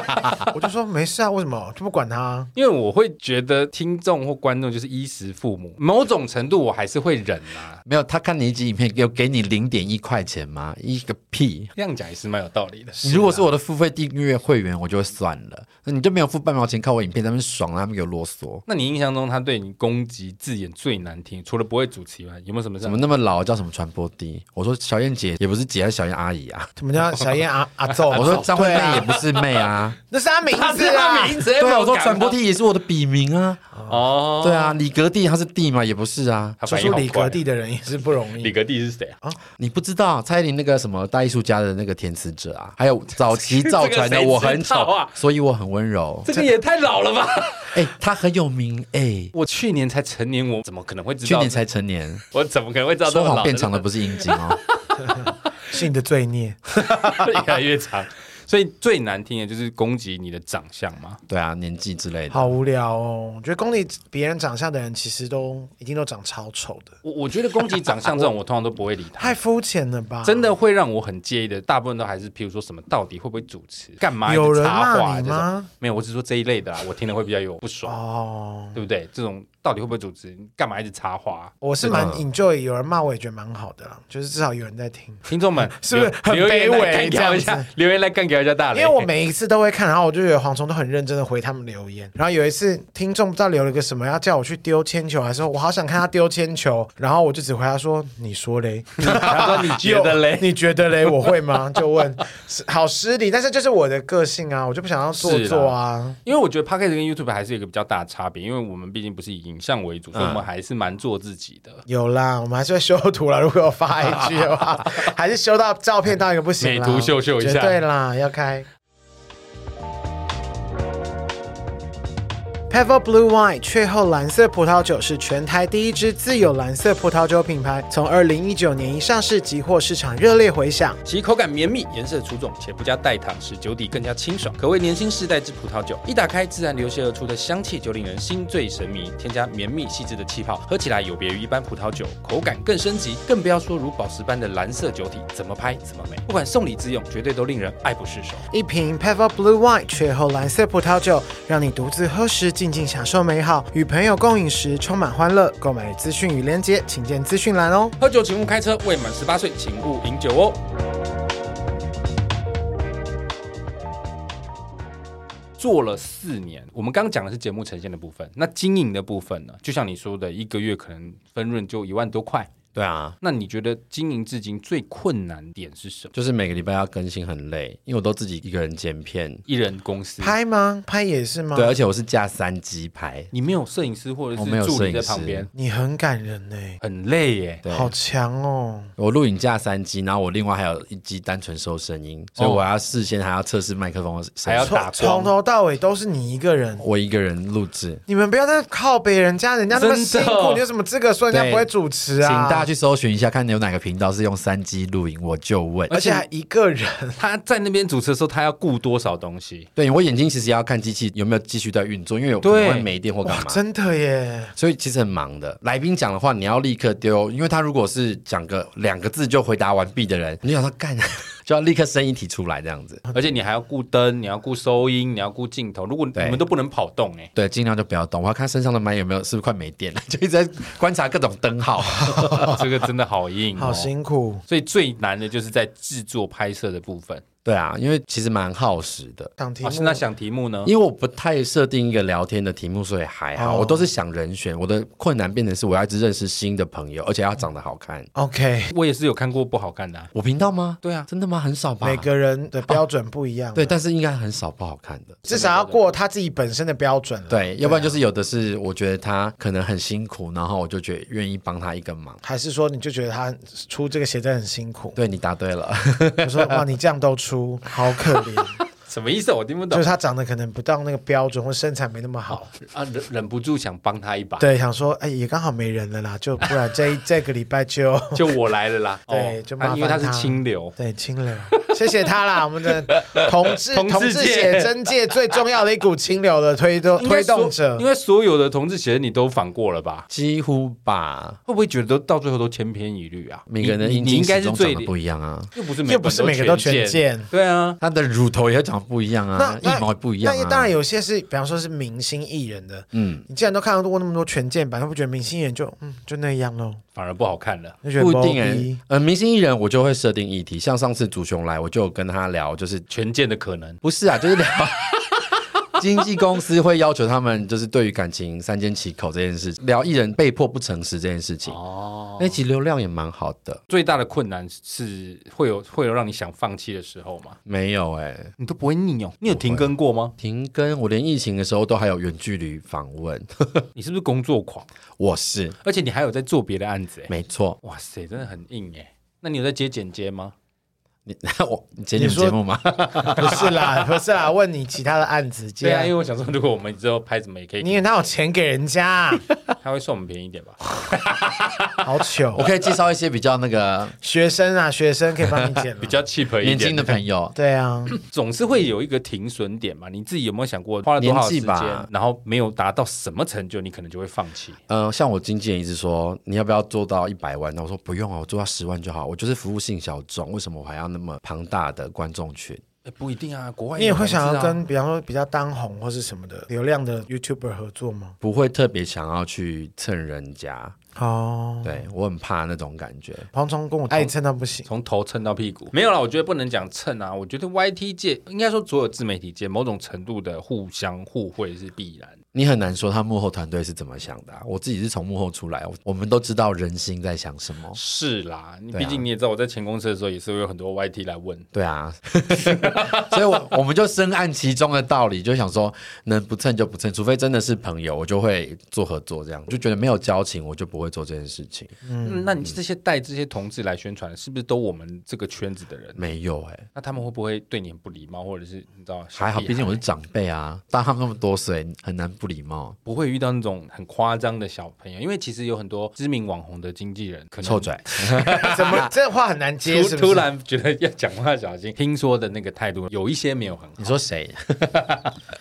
Speaker 2: 我就说没事啊，为什么就不管他啊？
Speaker 1: 因为我会觉得听众或观众就是衣食父母，某种程度我还是会忍啊。
Speaker 3: 没有，他看你一集影片，有给你零点一块钱吗？一个屁！
Speaker 1: 这样讲也是啊蛮有道理的。
Speaker 3: 你如果是我的付费订阅会员，我就会算了。那你就没有付半毛钱看我影片，他们爽，他们有啰嗦。
Speaker 1: 那你印象中他对你攻击字眼最难听，除了不会主持以外，有没有什么事
Speaker 3: 怎？么那么老叫什么传播帝？我说小燕姐也不是姐，还是小燕阿姨 啊。
Speaker 2: 怎么叫小燕阿阿奏？
Speaker 3: 我说张惠
Speaker 2: 对
Speaker 3: 妹也
Speaker 2: 啊，
Speaker 3: 不是妹 啊。
Speaker 2: 那是他名字啊。
Speaker 1: 名字
Speaker 3: 对啊，我说传播帝也是我的笔名啊。
Speaker 1: 哦，
Speaker 3: 对啊，李格弟他是弟嘛，也不是啊。
Speaker 1: 他
Speaker 2: 说
Speaker 1: 反应
Speaker 2: 出
Speaker 1: 好
Speaker 2: 李
Speaker 1: 快
Speaker 2: 格弟的人也是不容
Speaker 1: 李
Speaker 2: 易。
Speaker 1: 格弟是谁啊？
Speaker 3: 你不知道蔡依林那个什么大艺术家的那个填词者啊，还有早期造船
Speaker 1: 这个
Speaker 3: 的
Speaker 1: 谁
Speaker 3: 我很
Speaker 1: 知
Speaker 3: 丑
Speaker 1: 道啊，
Speaker 3: 所以我很温柔。
Speaker 1: 这个也太老了吧！
Speaker 3: 哎、他很有名哎、
Speaker 1: 我去年才成年，我怎么可能会知道？
Speaker 3: 去年才成年，
Speaker 1: 我怎么可能会知道这
Speaker 3: 说
Speaker 1: 么老的？
Speaker 3: 谎变长的不是阴茎哦。
Speaker 2: 是你的罪孽。
Speaker 1: 越来越长。所以最难听的就是攻击你的长相嘛。
Speaker 3: 对啊，年纪之类的。
Speaker 2: 好无聊哦！我觉得攻击别人长相的人，其实都一定都长超丑的，
Speaker 1: 我我觉得攻击长相这种，我通常都不会理他
Speaker 2: 太。肤浅了吧？
Speaker 1: 真的会让我很介意的，大部分都还是，譬如说什么到底会不会主持，干嘛
Speaker 2: 有
Speaker 1: 一直
Speaker 2: 人
Speaker 1: 插话
Speaker 2: 骂
Speaker 1: 啊
Speaker 2: 你
Speaker 1: 这种？
Speaker 2: 吗？
Speaker 1: 没有，我只是说这一类的啊，我听了会比较有不爽，
Speaker 2: 哦，
Speaker 1: 对不对？这种到底会不会主持，干嘛一直插话啊？
Speaker 2: 我是蛮 enjoy，有人骂我也觉得蛮好的啦，就是至少有人在听。
Speaker 1: 听众 们
Speaker 2: 是不是
Speaker 1: 留
Speaker 2: 很
Speaker 1: 留言
Speaker 2: 卑
Speaker 1: 来
Speaker 2: 微
Speaker 1: 干
Speaker 2: 这
Speaker 1: 掉
Speaker 2: 样
Speaker 1: 一下
Speaker 2: 子，
Speaker 1: 留言来干掉一下大
Speaker 2: 因
Speaker 1: 雷。
Speaker 2: 为我每一次都会看，然后我就觉得蝗虫都很认真的回他们留言。然后有一次听众不知道留了个什么，要叫我去丢铅球，还说我好想看他丢铅球，然后我就只回他说：“你说嘞，？
Speaker 1: 他 说你觉得嘞
Speaker 2: 你觉得嘞，我会吗？”就问，是好失礼，但是就是我的个性啊，我就不想要做
Speaker 1: 是啦
Speaker 2: 作啊。
Speaker 1: 因为我觉得 p o d c a s t 跟 YouTube 还是有一个比较大的差别，因为我们毕竟不是以影像为主，所以我们还是蛮做自己的。
Speaker 2: 有啦，我们还是会修图啦。如果有发 IG 的话，还是修到照片到一个不行啦，
Speaker 1: 美图秀秀一下
Speaker 2: 绝对啦，要开。Pavo Blue Wine 雀后蓝色葡萄酒是全台第一支自有蓝色葡萄酒品牌，从二零一九年一上市即获市场热烈回响。
Speaker 1: 其口感绵密，颜色出众，且不加代糖，使酒底更加清爽，可谓年轻世代之葡萄酒。一打开，自然流泻而出的香气就令人心醉神迷。添加绵密细致的气泡，喝起来有别于一般葡萄酒，口感更升级。更不要说如宝石般的蓝色酒体，怎么拍怎么美。不管送礼自用，绝对都令人爱不释手。
Speaker 2: 一瓶 Pavo Blue Wine 雀后蓝色葡萄酒，让你独自喝时静静享受美好，与朋友共饮时充满欢乐。购买资讯与链接，请见资讯栏哦。
Speaker 1: 喝酒请勿开车，未满十八岁请勿饮酒哦。做了四年，我们刚刚讲的是节目呈现的部分，那经营的部分呢？就像你说的，一个月可能分润就一万多块。
Speaker 3: 对啊，
Speaker 1: 那你觉得经营至今最困难点是什么？
Speaker 3: 就是每个礼拜要更新很累，因为我都自己一个人剪片。
Speaker 1: 一人公司，
Speaker 2: 拍吗？拍也是吗？
Speaker 3: 对，啊而且我是架三机拍，
Speaker 1: 你没有摄影师或者
Speaker 3: 我没有
Speaker 1: 是助理在
Speaker 3: 摄影师
Speaker 1: 旁边，
Speaker 2: 你很感人呢、
Speaker 1: 很累耶。
Speaker 3: 对
Speaker 2: 好强哦！
Speaker 3: 我录影架三机，然后我另外还有一机单纯收声音，所以我要事先还要测试麦克风的声
Speaker 1: 哦还要
Speaker 2: 从
Speaker 1: 打光
Speaker 2: 从头到尾都是你一个人，
Speaker 3: 我一个人录制。
Speaker 2: 你们不要再靠别人家，人家那么辛
Speaker 1: 真的
Speaker 2: 苦，你有什么资格说人家
Speaker 3: 对
Speaker 2: 不会主持啊？
Speaker 3: 请大家去搜寻一下，看有哪个频道是用三机录影，我就问。
Speaker 1: 哎
Speaker 2: 而且还一个人，
Speaker 1: 他在那边主持的时候，他要顾多少东西？
Speaker 3: 对我眼睛其实也要看机器有没有继续在运作，因为有可能
Speaker 1: 对
Speaker 3: 会没电或干
Speaker 2: 哇，
Speaker 3: 嘛。
Speaker 2: 真的耶！
Speaker 3: 所以其实很忙的。来宾讲的话，你要立刻丢，因为他如果是讲个两个字就回答完毕的人，你就想说干， 就要立刻生一体出来这样子。
Speaker 1: 而且你还要顾灯，你要顾收音，你要顾镜头。如果你
Speaker 3: 对
Speaker 1: 们都不能跑动、欸，哎，
Speaker 3: 对，尽量就不要动。我要看身上的麦有没有是不是快没电了，就一直在观察各种灯号。
Speaker 1: 这个真的好硬、哦，
Speaker 2: 好辛苦。
Speaker 1: 所以最难的就是在制作拍摄的部分。
Speaker 3: 对啊，因为其实蛮耗时的。
Speaker 2: 想题
Speaker 1: 啊
Speaker 2: 目，
Speaker 1: 那想题目呢？
Speaker 3: 因为我不太设定一个聊天的题目，所以还
Speaker 2: 哦
Speaker 3: 好，我都是想人选。我的困难变成是我要一直认识新的朋友，而且要长得好看。
Speaker 2: OK，
Speaker 1: 我也是有看过不好看的啊、
Speaker 3: 我频道吗？
Speaker 1: 对啊
Speaker 3: 真的吗？很少吧。
Speaker 2: 每个人的标准不一样，
Speaker 3: 对，，但是应该很少不好看的。
Speaker 2: 至少要过他自己本身的标准了，
Speaker 3: 对，要不然就是有的是我觉得他可能很辛苦，然后我就觉得愿意帮他一个忙。
Speaker 2: 还是说你就觉得他出这个鞋真的很辛苦？
Speaker 3: 对你答对了，
Speaker 2: 我说哇，你这样都出，好可怜。
Speaker 1: 什么意思啊？我听不
Speaker 2: 就
Speaker 1: 懂
Speaker 2: 是他长得可能不到那个标准， 或身材没那么好，
Speaker 1: 啊！忍忍不住想帮他一把，
Speaker 2: 对，想说哎也刚好没人了啦，就不然这 一这个礼拜就
Speaker 1: 就我来了啦。
Speaker 2: 对
Speaker 1: 哦
Speaker 2: 就麻烦
Speaker 1: 啊因为他是
Speaker 2: 他。
Speaker 1: 清流
Speaker 2: 对清流，谢谢他 啦，我们的同志
Speaker 1: 同志
Speaker 2: 同志
Speaker 1: 界
Speaker 2: 写真界最重要的一股清流的推动
Speaker 1: 应该
Speaker 2: 推
Speaker 1: 所
Speaker 2: 动者
Speaker 1: 因，为所有的同志写的你都访过了吧？
Speaker 3: 几乎吧。
Speaker 1: 会不会觉得都到最后都千篇一律啊？
Speaker 3: 每个人的
Speaker 1: 你
Speaker 3: 阴
Speaker 1: 你你应
Speaker 3: 茎
Speaker 1: 该
Speaker 3: 始
Speaker 1: 是
Speaker 3: 终
Speaker 1: 最
Speaker 3: 长得不一样啊，
Speaker 1: 又不是
Speaker 2: 又不是每个都全
Speaker 1: 见，
Speaker 2: 见。
Speaker 1: 对啊，
Speaker 3: 他的乳头也长得不一样啊
Speaker 2: 那，
Speaker 3: 一毛也不一样
Speaker 2: 那
Speaker 3: 啊。
Speaker 2: 当然，有些是，比方说是明星艺人的，
Speaker 3: 嗯，
Speaker 2: 你既然都看到过那么多全键版，会不会觉得明星艺人就嗯就那样喽？
Speaker 1: 反而不好看了。
Speaker 2: 就觉得
Speaker 3: 不一定哎、
Speaker 2: 哎。
Speaker 3: 呃，明星艺人我就会设定议题，像上次祖雄来，我就有跟他聊，就是
Speaker 1: 全见的可能，
Speaker 3: 不是啊，就是聊 经纪公司会要求他们，就是对于感情三缄其口这件事，聊艺人被迫不诚实这件事情。哦，那集流量也蛮好的。
Speaker 1: 最大的困难是会有会有让你想放弃的时候吗？
Speaker 3: 没有哎、
Speaker 1: 你都不会腻哦。你有停更过吗？
Speaker 3: 停更，我连疫情的时候都还有远距离访问，
Speaker 1: 你是不是工作狂？
Speaker 3: 我是
Speaker 1: 而且你还有在做别的案子哎。
Speaker 3: 没错。
Speaker 1: 哇塞，真的很硬哎。那你有在接剪接吗？
Speaker 3: 你我你剪你
Speaker 2: 你说
Speaker 3: 节目吗？
Speaker 2: 不是啦，不是啦，问你其他的案子， 既
Speaker 1: 对啊，
Speaker 2: 然
Speaker 1: 因为我想说，如果我们之后拍什么也可以，
Speaker 2: 你也哪有钱给人家，
Speaker 1: 他会算我们便宜一点吧？
Speaker 2: 好
Speaker 3: 我
Speaker 2: 糗。
Speaker 3: 可以介绍一些比较那个
Speaker 2: 学生啊，学生可以帮你剪
Speaker 1: 比
Speaker 2: 了。，
Speaker 1: 较 cheap 一点。
Speaker 3: 年轻的朋友
Speaker 2: 对啊，
Speaker 1: 总是会有一个停损点嘛。你自己有没有想过，花了多少时
Speaker 3: 年纪
Speaker 1: 间
Speaker 3: 吧，
Speaker 1: 然后没有达到什么成就，你可能就会放弃？
Speaker 3: 呃，像我经纪人一直说，你要不要做到一百万？那我说不用啊，我做到十万就好。我就是服务性小众，为什么我还要那么庞大的观众群？
Speaker 1: 哎不一定啊，国外
Speaker 2: 你也会
Speaker 1: 有同志
Speaker 2: 想要
Speaker 1: 啊
Speaker 2: 跟比方说比较当红或是什么的流量的 YouTuber 合作吗？
Speaker 3: 不会特别想要去蹭人家，
Speaker 2: 哦，
Speaker 3: 对我很怕那种感觉。
Speaker 2: 黄忠跟我
Speaker 1: 哎
Speaker 2: 爱蹭到不行，
Speaker 1: 从头蹭到屁股，没有啦，我觉得不能讲蹭啊，我觉得 YT 界应该说所有自媒体界某种程度的互相互惠是必然。
Speaker 3: 你很难说他幕后团队是怎么想的啊、我自己是从幕后出来，我我们都知道人心在想什么。
Speaker 1: 是啦，你
Speaker 3: 对啊
Speaker 1: 毕竟你也知道，我在前公司的时候也是会有很多 YT 来问，
Speaker 3: 对啊， 所以我我们就深谙其中的道理，就想说能不蹭就不蹭，除非真的是朋友，我就会做合作，这样就觉得没有交情，我就不会做这件事情。
Speaker 1: 嗯，那你这些带这些同志来宣传，是不是都我们这个圈子的人？
Speaker 3: 没有 哎、
Speaker 1: 那他们会不会对你很不礼貌，或者是你知道？
Speaker 3: 还
Speaker 1: 小
Speaker 3: 好，
Speaker 1: 屁孩
Speaker 3: 毕竟我是长辈啊，大他们那么多岁，很难不礼貌。
Speaker 1: 不会遇到那种很夸张的小朋友，因为其实有很多知名网红的经纪人可能
Speaker 3: 臭拽，
Speaker 2: 怎么这话很难接？
Speaker 1: 突
Speaker 2: 是不
Speaker 1: 突
Speaker 2: 是？
Speaker 1: 然觉得要讲话小心，听说的那个态度有一些没有很
Speaker 3: 你
Speaker 1: 好。
Speaker 3: 说谁？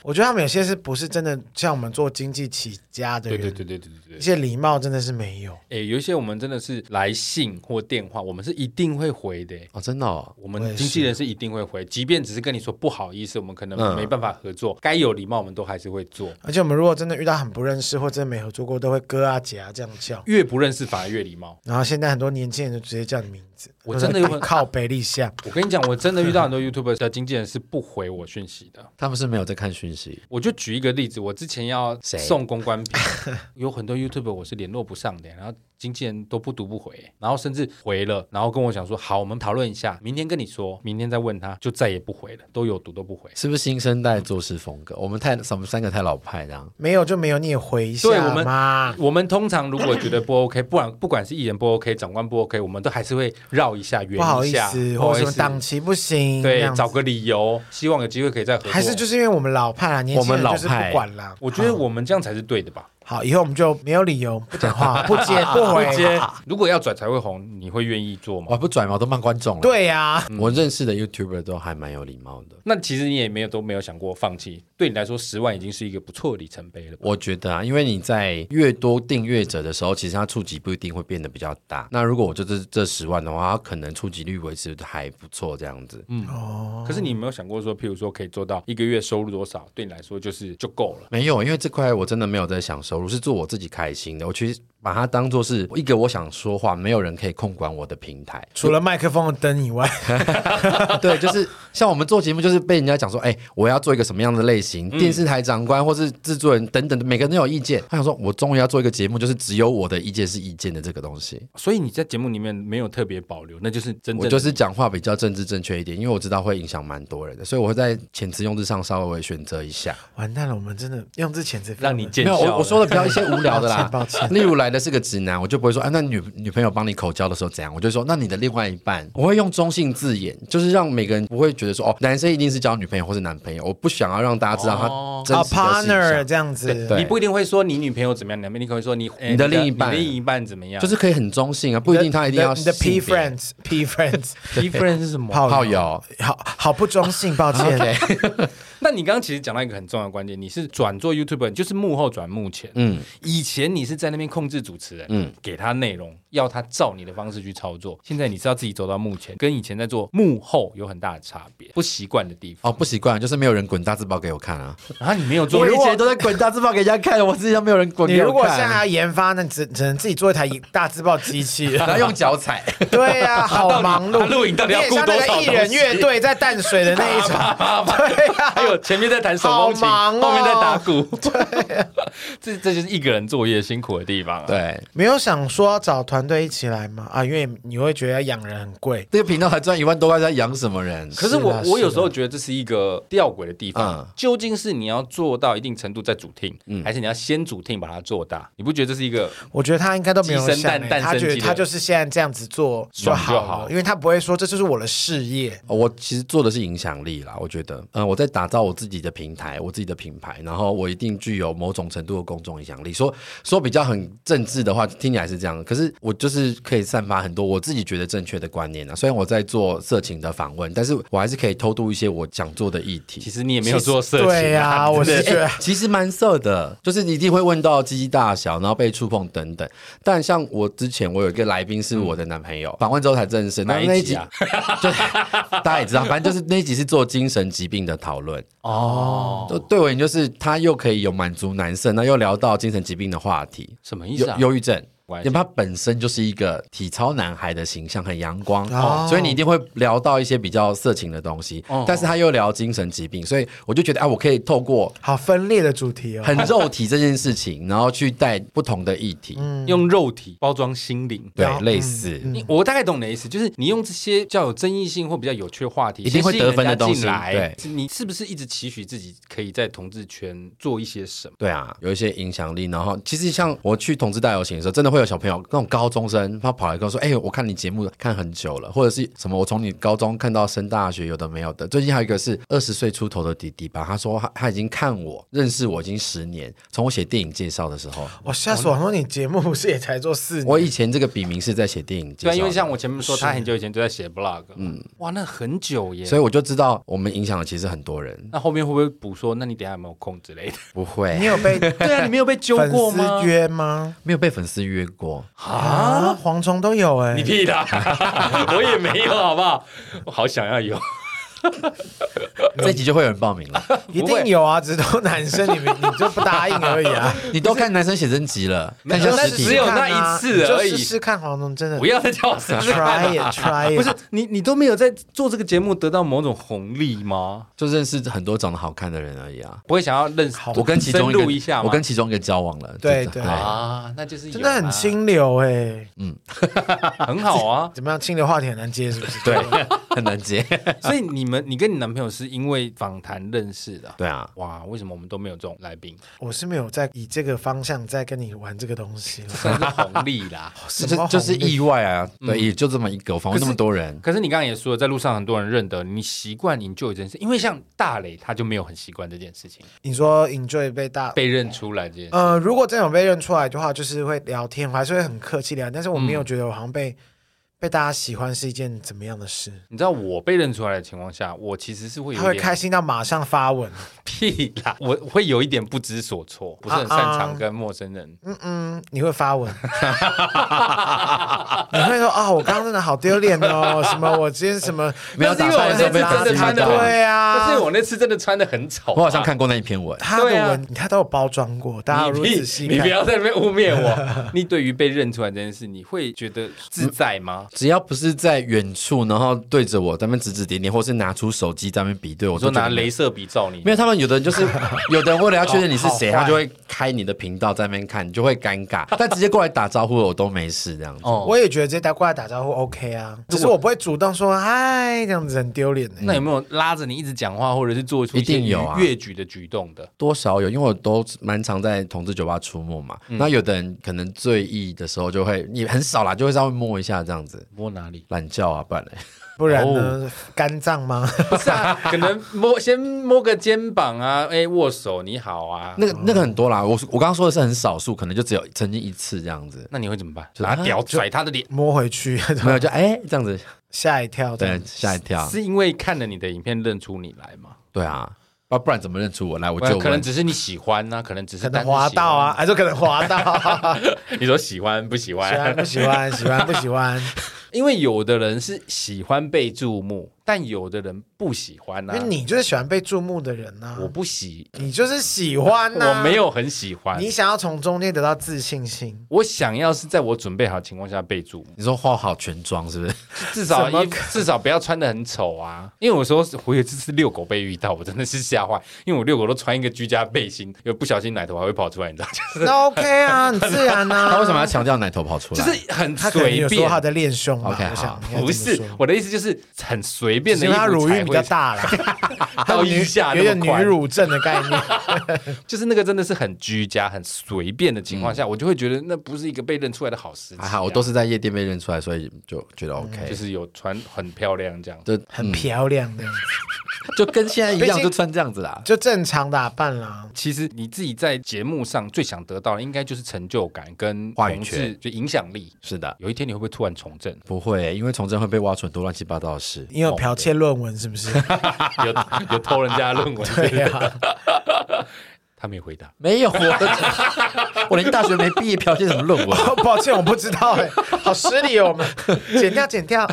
Speaker 2: 我觉得他们有些是不是真的像我们做经济起家的
Speaker 1: 对对
Speaker 2: 人，
Speaker 1: 对对对对对
Speaker 2: 一。些礼貌真的是没有。
Speaker 1: 诶，有一些我们真的是来信或电话，我们是一定会回的。诶
Speaker 3: 哦，真的哦，
Speaker 1: 我
Speaker 2: 我
Speaker 1: 们
Speaker 2: 也是
Speaker 1: 经纪人是一定会回，即便只是跟你说不好意思，我们可能
Speaker 3: 嗯
Speaker 1: 没办法合作，该有礼貌我们都还是会做。
Speaker 2: 而且我们如果真的遇到很不认识或真的没合作过，都会哥啊姐啊这样叫。
Speaker 1: 越不认识反而越礼貌。
Speaker 2: 然后现在很多年轻人就直接叫你名字，
Speaker 1: 我真的有
Speaker 2: 或者靠北立下，
Speaker 1: 我跟你讲，我真的遇到很多 YouTube 的经纪人是不回我讯息的。
Speaker 3: 他们是没有在看讯息。
Speaker 1: 我就举一个例子，我之前要
Speaker 3: 谁
Speaker 1: 送公关品，有很多 YouTube 我是联络不上的，然后经纪人都不读不回，然后甚至回了，然后跟我讲说好，我们讨论一下，明天跟你说，明天再问他，就再也不回了，都有读都不回。
Speaker 3: 是不是新生代做事风格？我们太我们三个太老派这样。
Speaker 2: 没有就没有，你也回一下
Speaker 1: 对我们
Speaker 2: 嘛。
Speaker 1: 我们通常如果觉得不 OK，不管不管是艺人不 OK，长官不 OK，我们都还是会绕一下，圆一
Speaker 2: 不
Speaker 1: 下，
Speaker 2: 好意思，
Speaker 1: 不
Speaker 2: 或
Speaker 1: 好
Speaker 2: 者
Speaker 1: 意
Speaker 2: 什么
Speaker 1: 思
Speaker 2: 档期不行，这
Speaker 1: 对，
Speaker 2: 样子
Speaker 1: 找个理由，希望有机会可以再合作。
Speaker 2: 还是就是因为我们老派啦，年轻人就是
Speaker 3: 我们老派
Speaker 2: 不管啦。
Speaker 1: 我觉得我们这样才是对的吧？
Speaker 2: 好，以后我们就没有理由不讲 话，不接不回。
Speaker 1: 不接，如果要转才会红，你会愿意做吗？
Speaker 3: 我哦不转嘛，我都骂观众了。
Speaker 2: 对呀、
Speaker 3: 我认识的 YouTuber 都还蛮有礼貌的。
Speaker 1: 那其实你也没有都没有想过放弃，对你来说十万已经是一个不错的里程碑了吧。
Speaker 3: 我觉得啊，因为你在越多订阅者的时候，其实它触及不一定会变得比较大。那如果我就这这十万的话，它可能触及率维持得还不错这样子。
Speaker 1: 可是你有没有想过说，譬如说可以做到一个月收入多少，对你来说就是就够了。
Speaker 3: 没有，因为这块我真的没有在想收入，是做我自己开心的。我其实把它当做是一个我想说话，没有人可以控管我的平台。
Speaker 2: 除了麦克风的灯以外，
Speaker 3: 对，就是像我们做节目，就是被人家讲说，哎、我要做一个什么样的类型，电视台长官或是制作人等等的，每个人都有意见。他想说，我终于要做一个节目，就是只有我的意见是意见的这个东西。
Speaker 1: 所以你在节目里面没有特别保留，那就是真正
Speaker 3: 我就是讲话比较政治正确一点，因为我知道会影响蛮多人的，所以我会在遣词用字上稍微选择一下。
Speaker 2: 完蛋了，我们真的用之前这
Speaker 1: 让你见
Speaker 3: 没
Speaker 1: 笑
Speaker 3: 有，
Speaker 1: 了。
Speaker 3: 我我说的比较一些无聊的啦。
Speaker 2: 抱歉抱
Speaker 3: 例如来的是个直男，我就不会说，啊，那女女朋友帮你口交的时候怎样？我就说，那你的另外一半，我会用中性字眼，就是让每个人不会觉得说，哦，男生一定是交女朋友或是男朋友，我不想要让大家知道他
Speaker 1: 哦
Speaker 3: 真
Speaker 2: 啊
Speaker 3: 实的形
Speaker 2: ，partner
Speaker 3: 象。
Speaker 2: 这样子，
Speaker 3: 对
Speaker 1: 你不一定会说你女朋友怎么样，你你可能会说你哎
Speaker 3: 你的另一半
Speaker 1: 你的另一半怎么样，
Speaker 3: 就是可以很中性啊，不一定他一定要
Speaker 2: 你的你的
Speaker 3: 性
Speaker 2: P
Speaker 3: 别
Speaker 2: friends P friends
Speaker 1: P friend 是什么？
Speaker 3: 炮友，
Speaker 2: 好好不中性，抱 歉。
Speaker 1: 那你刚刚其实讲到一个很重要的观点，你是转做 YouTube，你就是幕后转幕前。嗯，以前你是在那边控制主持人，嗯，给他内容，要他照你的方式去操作。现在你是要自己走到幕前，跟以前在做幕后有很大的差别，不习惯的地方。
Speaker 3: 哦，不习惯，就是没有人滚大字报给我看啊。
Speaker 1: 然后你没有做
Speaker 3: 我，以前都在滚大字报给人家看，我自己都没有人滚
Speaker 2: 你
Speaker 3: 给
Speaker 2: 如
Speaker 3: 我
Speaker 2: 果
Speaker 3: 看。啊
Speaker 2: 现在要研发，那只只能自己做一台大自爆机 器
Speaker 3: 然
Speaker 2: 了。
Speaker 3: 后用脚踩，
Speaker 2: 对呀、
Speaker 3: 啊
Speaker 2: 好忙
Speaker 1: 他
Speaker 2: 碌。
Speaker 1: 录影到底
Speaker 2: 你
Speaker 1: 要
Speaker 2: 也
Speaker 1: 顾
Speaker 2: 像
Speaker 1: 多
Speaker 2: 那
Speaker 1: 少
Speaker 2: 个艺人乐队在淡水的那 一场，对啊呀、
Speaker 1: 还有前面在弹手风琴，
Speaker 2: 好忙哦
Speaker 1: 后面在打鼓， 这这就是一个人作业辛苦的地方、啊。，
Speaker 3: 对，
Speaker 2: 没有想说要找团队一起来吗？啊，因为你会觉得养人很贵。
Speaker 3: 这个频道还赚一万多块，在养什么人？
Speaker 1: 可是我
Speaker 2: 是啊
Speaker 1: 我有
Speaker 2: 是啊
Speaker 1: 时候觉得这是一个吊诡的地方
Speaker 3: 嗯，
Speaker 1: 究竟是你要做到一定程度再主听，还是你要先主听把它做大？你不觉得这是一个？
Speaker 2: 我觉得他应该都没有
Speaker 1: 鸡生
Speaker 2: 想、
Speaker 1: 蛋
Speaker 2: 欸，
Speaker 1: 蛋
Speaker 2: 他觉
Speaker 1: 生
Speaker 2: 得
Speaker 1: 鸡
Speaker 2: 他
Speaker 1: 的
Speaker 2: 就是现在这样子做就
Speaker 1: 爽就
Speaker 2: 好了，
Speaker 1: 好
Speaker 2: 因为他不会说这就是我的事业。
Speaker 3: 哦我其实做的是影响力啦，我觉得，嗯、我在打造我自己的平台，我自己的品牌，然后我一定具有某种程度的公众影响力。说说比较很政治的话，听起来是这样的，可是我就是可以散发很多我自己觉得正确的观念啊。虽然我在做色情的访问，但是我还是可以偷渡一些我想做的议
Speaker 1: 其
Speaker 3: 题。
Speaker 1: 实你也没有做色情、
Speaker 2: 对 呀、
Speaker 1: 啊，
Speaker 2: 我是觉得
Speaker 3: 哎其实蛮色的，就是你一定会问到鸡鸡大小，然后被触碰等等。但像我之前，我有一个来宾是我的男朋友，访问之后才认识。
Speaker 1: 嗯
Speaker 3: 那
Speaker 1: 哪
Speaker 3: 那
Speaker 1: 一
Speaker 3: 一
Speaker 1: 集
Speaker 3: 集
Speaker 1: 啊？
Speaker 3: 就大家也知道，反正就是那一集是做精神疾病的讨论哦。就对我而言，就是他又可以有满足男生，那又聊到精神疾病的话题，
Speaker 1: 什么意
Speaker 3: 忧
Speaker 1: 思啊？
Speaker 3: 忧郁症
Speaker 1: 我还。
Speaker 3: 因为他本身就是一个体操男孩的形象，很阳光，
Speaker 2: 哦
Speaker 3: 所以你一定会聊到一些比较色情的东西。
Speaker 1: 哦
Speaker 3: 但是他又聊精神疾病，所以我就觉得，啊，我可以透过
Speaker 2: 好分裂的主题哦。
Speaker 3: 很肉体这件事情，然后去带不同的议题，
Speaker 1: 嗯用肉体包装心灵。
Speaker 3: 对
Speaker 2: 然后，
Speaker 3: 类似。
Speaker 1: 你我大概懂你的意思，就是你用这些较有争议性或比较有趣的话题，
Speaker 3: 一定会
Speaker 1: 先吸引
Speaker 3: 得分的
Speaker 1: 人家
Speaker 3: 东西
Speaker 1: 进来。你是不是一直期许自己可以在同志圈做一些什么？
Speaker 3: 对啊，有一些影响力。然后其实像我去同志大游行的时候，真的会有小朋友那种高中生，他跑来跟我说：“哎、我看你节目看很久了，或者是什么，我从你高中看到升大学，有的没有的。”最近还有一个是二十岁出头的弟弟吧，他说他他已经看我认识我已经十年，从我写电影介绍的时候，
Speaker 1: 嗯
Speaker 2: 我吓死我！我说你节目不是也才做四
Speaker 3: 我
Speaker 2: 年？
Speaker 3: 以前这个笔名是在写电影介
Speaker 1: 对
Speaker 3: 绍
Speaker 1: 啊，
Speaker 3: 的，
Speaker 1: 因为像我前面说，他很久以前就在写 blog，嗯，哇，那很久耶。
Speaker 3: 所以我就知道我们影响了其实很多人，
Speaker 1: 那后面会不会补说？那你等一下有没有空之 类的？
Speaker 3: 不会
Speaker 2: 你有 被
Speaker 1: 对嗯啊，你没有被揪
Speaker 2: 粉
Speaker 1: 过
Speaker 2: 丝
Speaker 1: 吗？
Speaker 2: 约吗？
Speaker 3: 没有被粉丝约过。
Speaker 2: 啊，蝗虫都有哎、
Speaker 1: 你屁 啦！我也没有，好不好？我好想要 有，
Speaker 3: 这集就会有人报名了，
Speaker 2: 一定有啊，只是都男生，你们你就不答应而已 啊。
Speaker 3: 你都看男生写真集了，看一下
Speaker 1: 那
Speaker 3: 实
Speaker 1: 只
Speaker 3: 体
Speaker 1: 有
Speaker 3: 吧。
Speaker 1: 那一次而已
Speaker 2: 你就试试看蝗虫真的
Speaker 1: 不要再叫我 生
Speaker 2: try it try it，
Speaker 1: 不是你，你都没有在做这个节目得到某种红利吗？
Speaker 3: 就认识很多长得好看的人而已啊。
Speaker 1: 不会想要认识
Speaker 3: 我跟其中一
Speaker 1: 深
Speaker 3: 个
Speaker 1: 入哦一下吗？
Speaker 3: 我跟其中一个交往了。
Speaker 2: 对
Speaker 3: 真的
Speaker 2: 对
Speaker 1: 啊，那就是有
Speaker 2: 真的
Speaker 1: 啦
Speaker 2: 很，清流哎、。
Speaker 1: 很好啊啊
Speaker 2: 怎么样？清流话题很难接是不是？
Speaker 3: 对，很 难接。
Speaker 1: 所以你们，你跟你男朋友是因为访谈认识的啊？
Speaker 3: 对啊，
Speaker 1: 哇，为什么我们都没有这种来宾？
Speaker 2: 我是没有在以这个方向在跟你玩这个东 西了。
Speaker 1: 算是红利啦。
Speaker 3: 就
Speaker 2: 什
Speaker 3: 是
Speaker 2: 么
Speaker 3: 就是
Speaker 2: 红利
Speaker 3: 意外啊，
Speaker 1: 嗯
Speaker 3: 对，也就这么一个，访问那么多人，
Speaker 1: 可是你刚刚也说了，在路上很多人认得你，习惯 enjoy 这件事，因为像大磊他就没有很习惯这件事情，
Speaker 2: 你说 enjoy 被大
Speaker 1: 被认出来这件事。
Speaker 2: 呃，如果真有被认出来的话，就是会聊天，我还是会很客气聊天，但是我
Speaker 3: 嗯
Speaker 2: 没有觉得我好像被、被大家喜欢是一件怎么样的事。
Speaker 1: 你知道我被认出来的情况下，我其实是会
Speaker 2: 他
Speaker 1: 有
Speaker 2: 会
Speaker 1: 点
Speaker 2: 开心到马上发文，
Speaker 1: 屁啦，我我会有一点不知所措，不是很擅
Speaker 2: 啊
Speaker 1: 长
Speaker 2: 啊
Speaker 1: 跟陌生人。
Speaker 2: 嗯嗯，你会 发文，你会说啊、我刚刚真的好丢脸哦，什么我今天什么
Speaker 3: 没有
Speaker 1: 但
Speaker 3: 打
Speaker 1: 是因为我
Speaker 3: 扮的时候被
Speaker 1: 那次
Speaker 3: 打
Speaker 1: 真的
Speaker 3: 击
Speaker 1: 穿的
Speaker 3: 到。
Speaker 2: 对啊，
Speaker 1: 但是我那次真的穿的很丑啊、
Speaker 3: 我好像看过那 一篇文，
Speaker 2: 他的
Speaker 1: 对啊
Speaker 2: 文、他都有包装过，大家如果
Speaker 1: 你
Speaker 2: 仔细
Speaker 1: 你不
Speaker 2: 看，
Speaker 1: 要在那边污蔑 我。你对于被认出来这件事，你会觉得自在吗？
Speaker 3: 只要不是在远处，然后对着我在那边指指点点，或是拿出手机在那边比对，我
Speaker 1: 我
Speaker 3: 就
Speaker 1: 说拿
Speaker 3: 雷。
Speaker 1: 镭射笔照你，
Speaker 3: 没有，他们有的 人就是有的人为了要确认你是谁，
Speaker 1: 哦
Speaker 2: 好好
Speaker 3: 他
Speaker 2: 坏
Speaker 3: 就会开你的频道在那边看，你就会尴尬。但直接过来打招呼，我都没事这样子。
Speaker 1: 哦，
Speaker 2: 我也觉得直接打过来打招呼 OK 啊，只是我不会主动说嗨这样子很丢脸欸的、
Speaker 1: 那有没有拉着你一直讲话，或者是做出一些
Speaker 3: 一定有啊
Speaker 1: 越矩的举动的？
Speaker 3: 多少有，因为我都蛮常在同志酒吧出没嘛。
Speaker 1: 嗯
Speaker 3: 那有的人可能醉意的时候就会，你很少啦，就会稍微摸一下这样子，
Speaker 1: 摸哪里？
Speaker 3: 懒觉啊，不
Speaker 1: 哦
Speaker 3: 然嘞。
Speaker 2: 不然呢、肝脏吗？
Speaker 1: 不是 啊，可能摸先摸个肩膀啊，哎、握手你好啊，那
Speaker 3: 那个那个很多啦，我我刚刚说的是很少数，可能就只有曾经一次这样子，
Speaker 1: 那你会怎么办？
Speaker 3: 就
Speaker 1: 拿屌甩他的脸，
Speaker 2: 摸回去，
Speaker 3: 没有就哎、这样子，
Speaker 2: 吓一跳的
Speaker 3: 对，。吓一跳，
Speaker 1: 啊是因为看了你的影片认出你来吗？
Speaker 3: 对啊，啊不然怎么认出我来？我
Speaker 1: 不然
Speaker 3: 就
Speaker 1: 可能
Speaker 3: 问，
Speaker 1: 只是你喜欢呢、可能只是
Speaker 2: 可
Speaker 1: 单
Speaker 2: 能
Speaker 1: 是喜欢
Speaker 2: 滑到啊，。还是可能滑到，
Speaker 1: 你说喜欢不喜
Speaker 2: 喜欢
Speaker 1: 欢？
Speaker 2: 不喜欢，喜欢不 喜欢，
Speaker 1: 因为有的人是喜欢被注目，但有的人不喜欢
Speaker 2: 因
Speaker 1: 啊
Speaker 2: 为。你就是喜欢被注目的人呐、
Speaker 1: 我不喜，
Speaker 2: 你就是喜欢呐、
Speaker 1: 我没，有啊很喜欢。
Speaker 2: 你想要从中间得到自 信心，
Speaker 1: 我想要是在我准备好的情况下被注目。
Speaker 3: 你说化好全妆是不 是？
Speaker 1: 至少
Speaker 2: 怎么
Speaker 1: 衣服至少不要穿的很丑啊！因为我说我有一次遛狗被遇到，我真的是吓坏，因为我遛狗都穿一个居家背心，有不小心奶头还会跑出来，你知道，
Speaker 2: 那 OK 啊，很自 然呐、
Speaker 3: 他为什么要强调奶头跑出来？
Speaker 1: 就是很
Speaker 2: 他可能
Speaker 1: 随
Speaker 2: 有说
Speaker 1: 便
Speaker 2: 他。在练胸吧
Speaker 3: OK，
Speaker 2: 我想
Speaker 3: 好
Speaker 2: 应该这么
Speaker 1: 不是
Speaker 2: 说
Speaker 1: 我的意思，就是很随便的
Speaker 2: 因
Speaker 1: 衣
Speaker 2: 为他
Speaker 1: 服
Speaker 2: 乳
Speaker 1: 才
Speaker 2: 晕比较
Speaker 1: 会，
Speaker 2: 大啦，他
Speaker 1: 到
Speaker 2: 有
Speaker 1: 一
Speaker 2: 女
Speaker 1: 下
Speaker 2: 有
Speaker 1: 那
Speaker 2: 点
Speaker 1: 么
Speaker 2: 女
Speaker 1: 宽，
Speaker 2: 乳症的概 念。
Speaker 1: 就是那个真的是很居家、很随便的情况
Speaker 2: 嗯
Speaker 1: 下，我就会觉得那不是一个被认出来的好时机啊。
Speaker 3: 还好，我都是在夜店被认出来，所以就觉得 OK，、
Speaker 1: 就是有穿很漂亮这样，
Speaker 3: 就嗯
Speaker 2: 很漂亮的，
Speaker 3: 就跟 现在一
Speaker 2: 毕
Speaker 3: 样，
Speaker 2: 竟
Speaker 3: 就穿这样子啦。
Speaker 2: 就正常啊打扮啦。
Speaker 1: 其实你自己在节目上最想得到的，应该就是成就感跟
Speaker 3: 话语
Speaker 1: 同志
Speaker 3: 权
Speaker 1: 就影响力。
Speaker 3: 是的，
Speaker 1: 有一天你会不会突然从政？
Speaker 3: 不会，因为从真会被挖出很多乱七八糟的事。
Speaker 2: 因
Speaker 1: 哦
Speaker 2: 为剽窃论文是不是？
Speaker 1: 有有偷人家论 文，
Speaker 2: 对呀，
Speaker 1: 他没回答。
Speaker 3: 没有，我的 我连大学没毕业，剽窃什么 论文？
Speaker 2: 抱歉，我不知道哎，好失礼哦，我们剪掉 剪掉。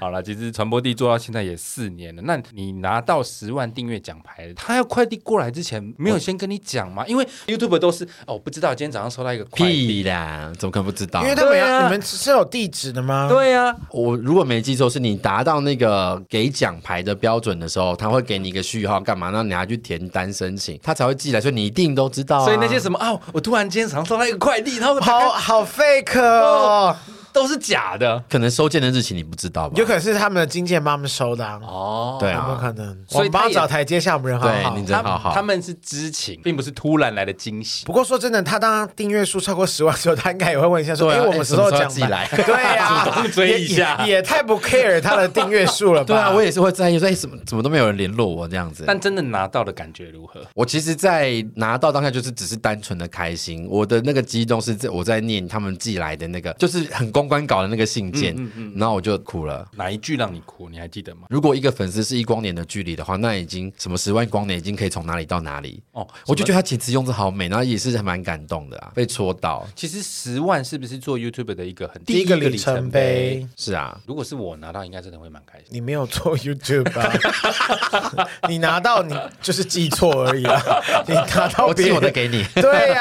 Speaker 1: 好了，其实传播地做到现在也四年了，那你拿到十万订阅奖牌，他要快递过来之前，没有先跟你讲吗？因为 YouTube 都是哦，我不知道，今天早上收到一个快递。
Speaker 3: 屁啦，怎么可能不知道
Speaker 2: 因？为他们
Speaker 1: 对啊
Speaker 2: 要你们是有地址的吗？，
Speaker 1: 对呀、啊，
Speaker 3: 我如果没记错，是你达到那个给奖牌的标准的时候，他会给你一个序号，干嘛？那你还去填单申请，他才会寄来，所以你一定都知道、啊。
Speaker 1: 所以那些什么啊，我突然今天早上收到一个快递，然后
Speaker 2: 好好 fake 哦，
Speaker 1: 都是假的
Speaker 3: 可能收件的日期你不知道吧？
Speaker 2: 有可能是他们的经纪人帮他们收的啊，
Speaker 1: 哦。
Speaker 3: 对
Speaker 2: 有没有
Speaker 3: 啊，
Speaker 2: 可能？我
Speaker 1: 所以
Speaker 2: 们帮
Speaker 1: 他
Speaker 2: 他
Speaker 1: 也
Speaker 2: 找台阶下，我们人好好
Speaker 3: 对你。真
Speaker 1: 他
Speaker 3: 好好
Speaker 1: 他们是知情，并不是突然来的惊喜。
Speaker 2: 不过说真的，他当订阅数超过十万之 后，他应该也会问一下说：“
Speaker 3: 对
Speaker 2: 哎，
Speaker 3: 啊
Speaker 2: 我们时候
Speaker 3: 哎
Speaker 2: 讲
Speaker 3: 什么时候要寄 来
Speaker 2: 对呀
Speaker 1: 主，动追一下
Speaker 2: 也也也太不 care 他的订阅数了吧？
Speaker 3: 对啊，我也是会在意说，哎，怎么怎么都没有人联络我这样
Speaker 2: 啊
Speaker 3: 子。
Speaker 1: 但真的拿到的感觉如何？
Speaker 3: 我其实，在拿到当下就是只是单纯的开心，我的那个激动是在我在念他们寄来的那个，就是很公关稿的那个信件，然后我就哭了。
Speaker 1: 哪一句让你哭？你还记得吗？
Speaker 3: 如果一个粉丝是一光年的距离的话，那已经什么十万光年已经可以从哪里到哪里，
Speaker 1: 哦，
Speaker 3: 我就觉得他遣词用字好美，然后也是蛮感动的啊，被戳到。
Speaker 1: 其实十万是不是做 YouTube 的一个很
Speaker 2: 第一个
Speaker 1: 里
Speaker 2: 里程碑，，
Speaker 3: 是啊，
Speaker 1: 如果是我拿到，应该真的会蛮开心。
Speaker 2: 你没有做 YouTube 啊？ 你拿到你就是记错而已 啊！你拿到
Speaker 3: 我
Speaker 2: 别
Speaker 3: 寄
Speaker 2: 人。
Speaker 3: 我的给你
Speaker 2: 对啊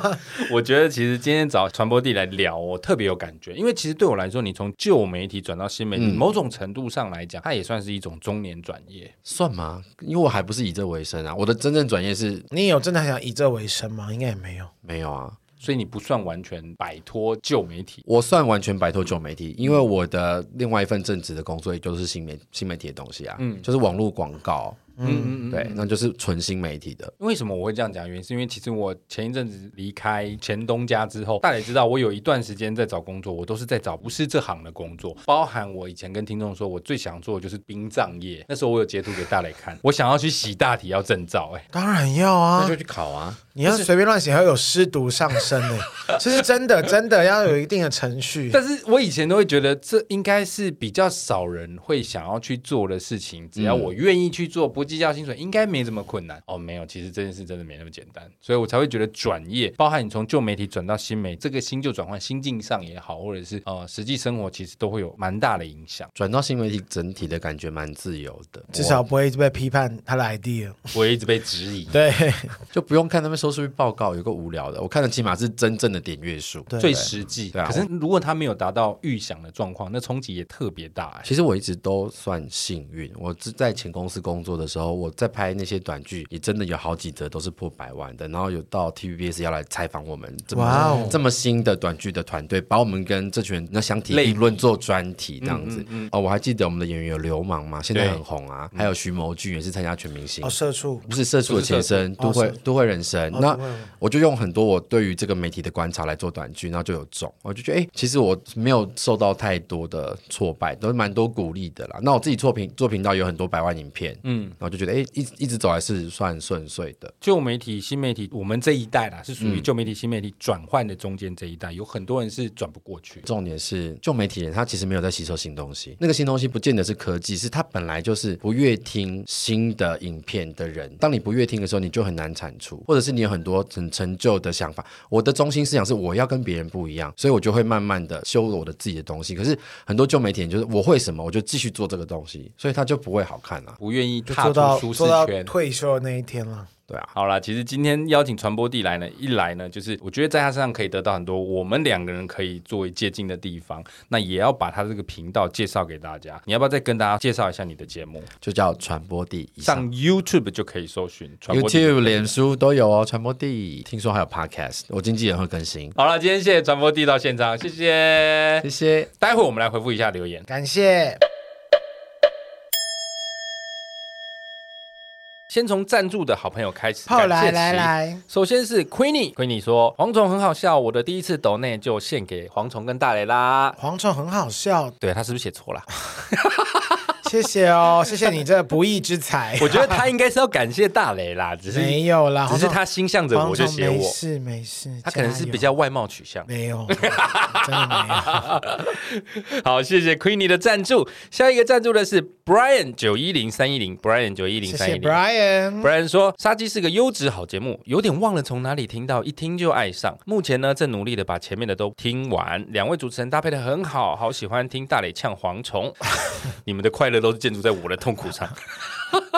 Speaker 2: 呀、
Speaker 1: 我觉得其实今天找传播地来聊，我特别有感觉，因为其实对我来说，你从旧媒体转到新媒体，
Speaker 2: 嗯
Speaker 1: 某种程度上来讲，它也算是一种中年转业。
Speaker 3: 算吗？因为我还不是以这为生啊，我的真正转业是
Speaker 2: 你有真的很想以这为生吗？应该也没有。
Speaker 3: 没有啊。
Speaker 1: 所以你不算完全摆脱旧媒体。
Speaker 3: 我算完全摆脱旧媒体，因为我的另外一份正职的工作也就是新媒新媒体的东西啊，就是网络广告，
Speaker 1: 嗯嗯嗯，
Speaker 3: 对，那就是纯新媒体的。
Speaker 1: 为什么我会这样讲？原因是因为其实我前一阵子离开前东家之后，大家也知道，我有一段时间在找工作，我都是在找不是这行的工作，包含我以前跟听众说，我最想做的就是殡葬业。那时候我有截图给大磊看，我想要去洗大体要证照、哎，
Speaker 2: 当然要啊
Speaker 3: 那就，去考啊！
Speaker 2: 你要随便乱写，还会有失毒上身呢、 这是真的，真的要有一定的程序。
Speaker 1: 但是我以前都会觉得这应该是比较少人会想要去做的事情，只要我愿意去做，不计较薪水，应该没这么困难。哦，没有，其实这件事真的没那么简单，所以我才会觉得转业，包含你从旧媒体转到新媒，这个新旧转换心境上也好，或者是呃实际生活，其实都会有蛮大的影响。
Speaker 3: 转到新媒体，整体的感觉蛮自由的，
Speaker 2: 至少不会一直被批判他的 idea。
Speaker 1: 我也一直被质疑。
Speaker 2: 对，
Speaker 3: 就不用看他们收视率报告，有个无聊的。我看的起码是真正的点阅数。
Speaker 2: 对
Speaker 1: 最实际，
Speaker 3: 对啊
Speaker 1: 可是如果他没有达到预想的状况，那冲击也特别大、哎
Speaker 3: 其实我一直都算幸运，我之在前公司工作的时候，我在拍那些短剧，也真的有好几则都是破百万的。然后有到 TVBS 要来采访我们，这么、
Speaker 2: 哇哦
Speaker 3: 这么新的短剧的团队，把我们跟这群人那相提并论做专题这样子。哦，我还记得我们的演员有流氓嘛，现在
Speaker 1: 对
Speaker 3: 很红啊，还有徐谋俊也是参加全明星
Speaker 2: 哦，。社畜，
Speaker 3: 不是社畜的前身，都会都会人生。那我就用很多我对于这个媒体的观察来做短剧，然后就有中，我就觉得哎、诶其实我没有受到太多的挫败，都是蛮多鼓励的啦。那我自己做频做频道有很多百万影片，嗯，然后就觉得哎、诶一一直走来是算顺遂的。
Speaker 1: 旧媒体、新媒体，我们这一代啦，是属于旧媒体、新媒体转换的中间这一代，有很多人是转不过去。
Speaker 3: 重点是，旧媒体人他其实没有在吸收新东西，那个新东西不见得是科技，是他本来就是不阅听新的影片的人。当你不阅听的时候，你就很难产出，或者是你有很多很陈旧的想法。我的中心思想是我要跟别人不一样，所以我就会慢慢的修我的自己的东西。可是很多旧媒体人就是我会什么，我就继续做这个东西，所以他就不会好看啊。
Speaker 1: 不愿意
Speaker 2: 就
Speaker 1: 踏
Speaker 2: 做到
Speaker 1: 出舒适
Speaker 2: 做到
Speaker 1: 圈。
Speaker 2: 退休的那一天了。
Speaker 3: 对啊，
Speaker 1: 好啦，其实今天邀请传播地来呢，一来呢，就是我觉得在他身上可以得到很多我们两个人可以作为借鉴的地方，那也要把他这个频道介绍给大家。你要不要再跟大家介绍一下你的节目？
Speaker 3: 就叫传播地以上。
Speaker 1: 上 YouTube 就可以搜寻传播地。
Speaker 3: YouTube、脸书都有哦，传播地。听说还有 Podcast，我经纪人会更新。
Speaker 1: 好了，今天谢谢传播地到现场，谢谢
Speaker 3: 谢。谢。
Speaker 1: 待会我们来回复一下留言。
Speaker 2: 感谢。
Speaker 1: 先从赞助的好朋友开始，
Speaker 2: 后
Speaker 1: 感
Speaker 2: 来
Speaker 1: 谢
Speaker 2: 来
Speaker 1: 其
Speaker 2: 来，
Speaker 1: 首先是 Queenie，Queenie 说蝗虫很好笑，我的第一次抖内就献给蝗虫跟大雷啦。
Speaker 2: 蝗虫很好笑，
Speaker 1: 对他是不是写错了？
Speaker 2: 谢谢哦，谢谢你这不义之财。
Speaker 1: 我觉得他应该是要感谢大雷啦，只是
Speaker 2: 没有啦，
Speaker 1: 只是
Speaker 2: 蝗虫
Speaker 1: 他心向着我就写
Speaker 2: 没
Speaker 1: 我，
Speaker 2: 事没事，
Speaker 1: 他可能是比
Speaker 2: 加
Speaker 1: 较
Speaker 2: 油
Speaker 1: 外貌取向。
Speaker 2: 没有，真的没有。
Speaker 1: 好，谢谢 Queenie 的赞助。下一个赞助的是 Brian 九一零三一零，Brian 九一零
Speaker 2: 谢
Speaker 1: 三一
Speaker 2: 谢
Speaker 1: 零。
Speaker 2: Brian，
Speaker 1: Brian 说：“杀鸡是个优质好节目，有点忘了从哪里听到，一听就爱上。目前呢，正努力的把前面的都听完。两位主持人搭配的很好，好喜欢听大磊呛蝗虫。 你们的快乐都是建筑在我的痛苦 上，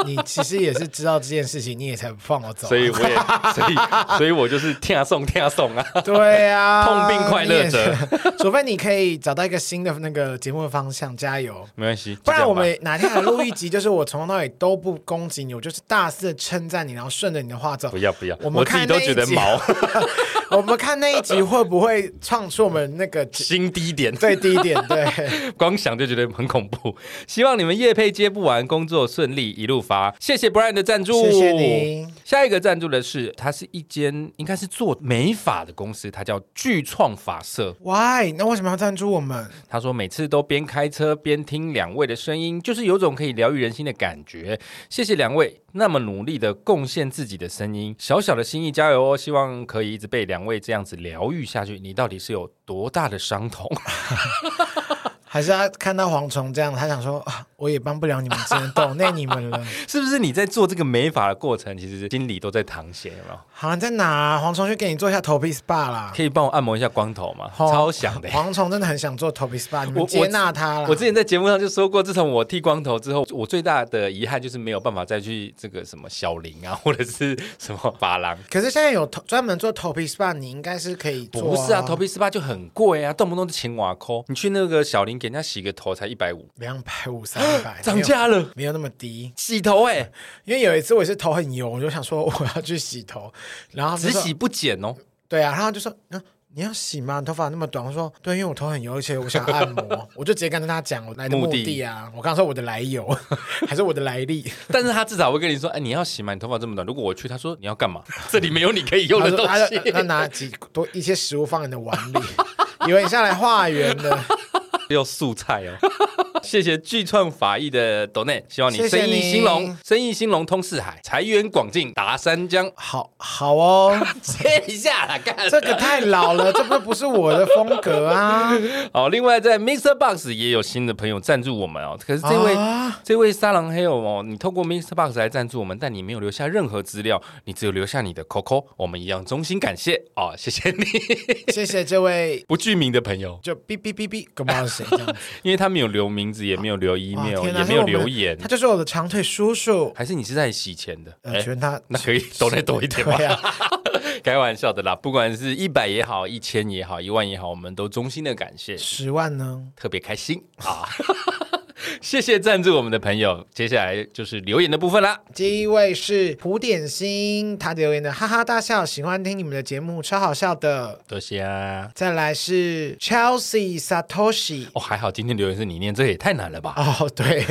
Speaker 2: 你其实也是知道这件事情，你也才不放我走啊。
Speaker 1: 所以我也，所以，所以我就是听啊送，听啊送啊。
Speaker 2: 对啊，
Speaker 1: 痛并快乐着
Speaker 2: 你也是，除非你可以找到一个新的那个节目的方向，加油。
Speaker 1: 没关系，就
Speaker 2: 不
Speaker 1: 这样
Speaker 2: 然
Speaker 1: 吧
Speaker 2: 我们哪天来录一集，就是我从头到尾都不攻击你，我就是大肆地称赞你，然后顺着你的话走
Speaker 1: 不。要不要，
Speaker 2: 我
Speaker 1: 我
Speaker 2: 们
Speaker 1: 自己
Speaker 2: 看
Speaker 1: 都
Speaker 2: 那一
Speaker 1: 觉得
Speaker 2: 集
Speaker 1: 毛
Speaker 2: 我们看那一集会不会创出我们那 个
Speaker 1: 心低点。
Speaker 2: 最低点？对，
Speaker 1: 光想就觉得很恐怖。希望你们夜配接不完，工作顺利，一路发。谢谢 Brian 的赞助，
Speaker 2: 谢谢你。
Speaker 1: 下一个赞助的是，它是一间应该是做美发的公司，它叫聚创发社。
Speaker 2: Why？那为什么要赞助我们？
Speaker 1: 他说每次都边开车边听两位的声音，就是有种可以疗愈人心的感觉。谢谢两位那么努力的贡献自己的声音，小小的心意加油哦！希望可以一直被两位这样子疗愈下去。你到底是有多大的伤 痛？
Speaker 2: 还是他看到蝗虫这样，他想说啊，我也帮不了你们，只能抖内你 们了。
Speaker 1: 是不是你在做这个美发的过程，其实心里都在淌血，有没有？
Speaker 2: 好，你在哪、啊？蝗虫去给你做一下头皮 SPA 啦。
Speaker 1: 可以帮我按摩一下光头吗？
Speaker 2: 哦
Speaker 1: 超想的。
Speaker 2: 蝗虫真的很想做头皮 SPA，你
Speaker 1: 我
Speaker 2: 们
Speaker 1: 我
Speaker 2: 接纳他啦。
Speaker 1: 我之前在节目上就说过，自从我剃光头之后，我最大的遗憾就是没有办法再去这个什么小林啊，或者是什么发廊。
Speaker 2: 可是现在有头专门做头皮 SPA，你应该是可以做、
Speaker 1: 不是啊，头皮 SPA 就很贵啊，动不动就请瓦抠。你去那个小林给人家洗个头才一百五，
Speaker 2: 两百五、三 百，
Speaker 1: 涨价了。
Speaker 2: 没有那么低。
Speaker 1: 洗头 哎、
Speaker 2: 因为有一次我也是头很油，我就想说我要去洗头，然后他
Speaker 1: 只
Speaker 2: 就说
Speaker 1: 洗不剪哦，
Speaker 2: 对啊，然后他就说，嗯、你要洗吗？你头发那么短。我说，对，因为我头很油，而且我想按 摩，我就直接跟他讲我来的目
Speaker 1: 目的
Speaker 2: 的啊。我刚说我的来 由，还是我的来历。
Speaker 1: 但是他至少会跟你说，哎，你要洗吗？你头发这么短。如果我去，他说你要干嘛？ 哎这里没有你可以用
Speaker 2: 他
Speaker 1: 的
Speaker 2: 说
Speaker 1: 东
Speaker 2: 他就
Speaker 1: 西。
Speaker 2: 他拿几多一些食物放你的碗里，以为你下来化 缘的。
Speaker 1: 要素菜哦。 谢谢聚创法医的 d o n 希望你
Speaker 2: 谢谢
Speaker 1: 生意
Speaker 2: 你
Speaker 1: 兴隆，生意兴隆通四海，财源广进达三江。
Speaker 2: 好好哦，
Speaker 1: 切一下啦，干
Speaker 2: 这个太老了，这不不是我的风格啊。
Speaker 1: 哦，另外在 Mr. Box 也有新的朋友赞助我们哦，可是 这位、
Speaker 2: 啊
Speaker 1: 这位沙狼黑哦，你透过 Mr. Box 来赞助我们，但你没有留下任何资料，你只有留下你的 Coco，我们一样衷心感谢哦，谢谢你
Speaker 2: 谢谢这位，
Speaker 1: 不具名的朋友，
Speaker 2: 就哔哔哔哔，跟不知道是谁这样子。
Speaker 1: 因为他没有留名字，也没有留
Speaker 2: 哇
Speaker 1: email，
Speaker 2: 啊天哪
Speaker 1: 也没有
Speaker 2: 他是我们的
Speaker 1: 留言
Speaker 2: 他，就是我的长腿叔叔。
Speaker 1: 还是你是在洗钱的？
Speaker 2: 呃，
Speaker 1: 哎
Speaker 2: 觉得他
Speaker 1: 那可以抖内多一点吧
Speaker 2: 对啊，
Speaker 1: 哎开玩笑的啦，不管是一百也好，一千也好，一万也好，我们都衷心的感谢，
Speaker 2: 十万呢？
Speaker 1: 特别开心 啊！谢谢赞助我们的朋友，接下来就是留言的部分啦。
Speaker 2: 第一位是胡点心，他留言的哈哈大笑，喜欢听你们的节目，超好笑的。
Speaker 1: 多谢啊！
Speaker 2: 再来是 Chelsea Satoshi，
Speaker 1: 哦，还好今天留言是你念，这也太难了吧？
Speaker 2: 哦，对，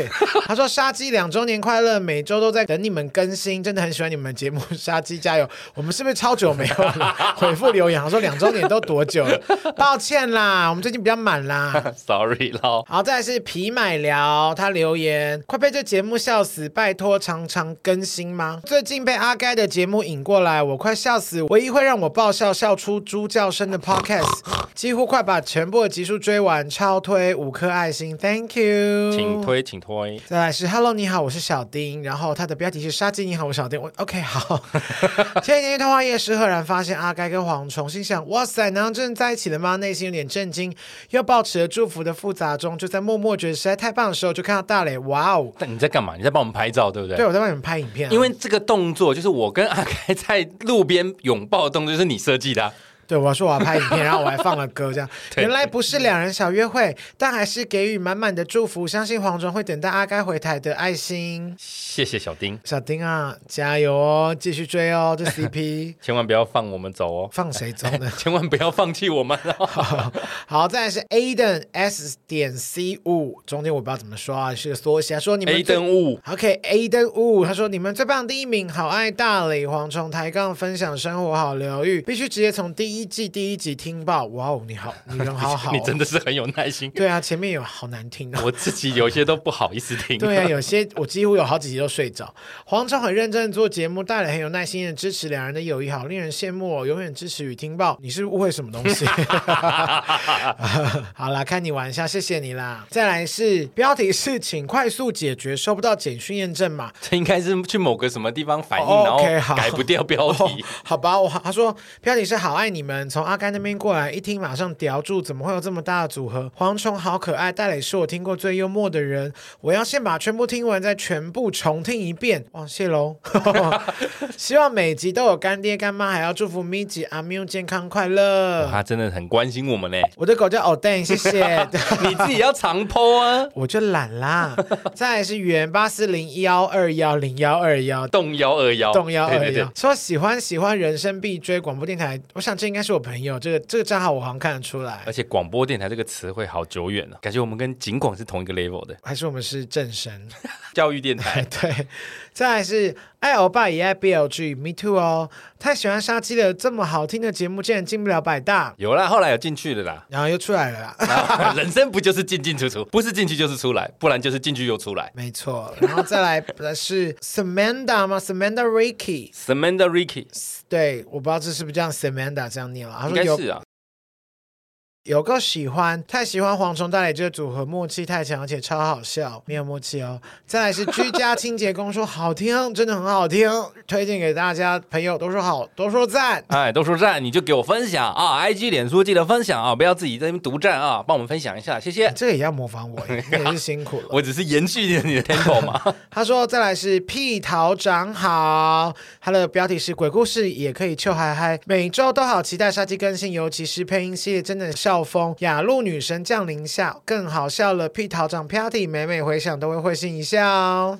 Speaker 2: 他说杀鸡两周年快乐，每周都在等你们更新，真的很喜欢你们的节目，杀鸡加油！我们是不是超久没有了回复留言？他说两周年都多久了？抱歉啦，我们最近比较满啦。
Speaker 1: Sorry 咯，
Speaker 2: 好，再来是皮买聊，他留言快被这节目笑死，拜托常常更新吗？最近被阿该的节目引过来，我快笑死。唯一会让我爆笑笑出猪叫声的 podcast，几乎快把全部的集数追完，超推五颗爱心，Thank you，
Speaker 1: 请推，请推。
Speaker 2: 再来是 Hello，你好，我是小丁。然后他的标题是“杀鸡，你好，我是小丁”我。OK，好。 前几天去通化夜市，赫然发现阿该跟蝗虫，心想：哇塞，难道真的在一起了吗？内心有点震惊，又抱持了祝福的复杂中，就在默默觉得实在太棒的时候，就看到大磊，哇哦！
Speaker 1: 但你在干嘛？你在帮我们拍照，对不对？
Speaker 2: 对，我在帮你们拍影片、啊，
Speaker 1: 因为这个动作就是我跟阿开在路边拥抱的动作，就是你设计的、啊。
Speaker 2: 对我说我要拍影片，然后我还放了 歌，这样
Speaker 1: 对
Speaker 2: 原来不是两人小约会，但还是给予满满的祝福。相信蝗虫会等待阿该回台的爱心。
Speaker 1: 谢谢小丁，
Speaker 2: 小丁啊，加油哦，继续追哦，这 CP
Speaker 1: 千万不要放我们走哦，
Speaker 2: 放谁走呢？
Speaker 1: 千万不要放弃我们哦。
Speaker 2: 好，再来是 Aden S 点 C 五，中间我不知道怎么说啊，是个缩写。他 说你们
Speaker 1: A
Speaker 2: 最
Speaker 1: 灯物，
Speaker 2: OK，Aden 五，他说你们最棒第一名，好爱大理蝗虫抬杠分享生活好疗愈，必须直接从第一季第一集听爆。哇哦，你好，你人好好、
Speaker 1: 你真
Speaker 2: 的
Speaker 1: 的是很有耐心。
Speaker 2: 对啊，前面有好难听哦。
Speaker 1: 我自己有些都不好意思听。
Speaker 2: 对啊，有些我几乎有好几集都睡着。蝗虫很认真地做节目，大理很有耐心的支持，两人的友谊好令人羡慕哦，永远支持与听爆。你是误会什么东西？好啦，开你玩笑，谢谢你啦。再来是标题是请快速解决收不到简讯验证码。
Speaker 1: 这 应该是去某个什么地方反应，
Speaker 2: 哦
Speaker 1: 然后
Speaker 2: OK，好
Speaker 1: 改不掉标
Speaker 2: 哦
Speaker 1: 题。，
Speaker 2: 好吧，我他说标题是好爱你们，从阿甘那边过来，一听马上叼住，怎么会有这么大的组合？蝗虫好可爱，戴磊是我听过最幽默的人，我要先把全部听完，再全部重听一遍。哇，谢喽！希望每集都有干爹干妈，还要祝福咪吉阿喵健康快乐。
Speaker 1: 他真的很关心我们呢，欸
Speaker 2: 我的狗叫 o d a n 谢谢。
Speaker 1: 你自己要常 PO 啊，
Speaker 2: 我就懒啦。再来是原八四零幺二幺零幺二幺。
Speaker 1: 动幺二幺，
Speaker 2: 动幺
Speaker 1: 对
Speaker 2: 二
Speaker 1: 对对
Speaker 2: 幺，啊说喜欢喜欢人生必追广播电台，我想这应该是我朋友，这个这个账号我好像看得出来
Speaker 1: 而，且广播电台这个词汇好久远了，哦感觉我们跟景广是同一个 level 的
Speaker 2: 还是我们是正神？。
Speaker 1: 教育电台
Speaker 2: 对，再来是爱欧巴也爱 BLG，Me too 哦，太喜欢杀鸡了，这么好听的节目竟然进不了百大，。
Speaker 1: 有啦，后来有进去的啦
Speaker 2: 然后又出来了啦。
Speaker 1: 人生不就是进进出出，不是进去就是出来，不然就是进去又出来。
Speaker 2: 没错，然后再来是 Samantha 吗？Samantha Ricky，
Speaker 1: Samantha Ricky
Speaker 2: 对，我不知道这是不是这样 Samantha 这样念了。他
Speaker 1: 应
Speaker 2: 说
Speaker 1: 该
Speaker 2: 有
Speaker 1: 是啊，
Speaker 2: 有个喜欢，太喜欢蝗虫带来这个组合，默契太强，而且超好笑，没有默契哦。再来是居家清洁工说好听，真的很好听，推荐给大家，朋友都说好，都 说赞。
Speaker 1: 哎，都说赞，你就给我分享啊！IG、脸书记得分享啊，不要自己在那边独占啊，帮我们分享一下，谢谢。
Speaker 2: 这个也要模仿我，你也是辛苦了。
Speaker 1: 我只是延续你的 tempo 嘛。
Speaker 2: 他说：“再来是屁桃长好，他的标题是鬼故事也可以臭嗨嗨，每周都好期待杀鸡更新，尤其是配音系列，真的笑笑疯，雅鹿女神降临下更好笑了。屁桃长 Patty 每每回想都会会心一笑 哦。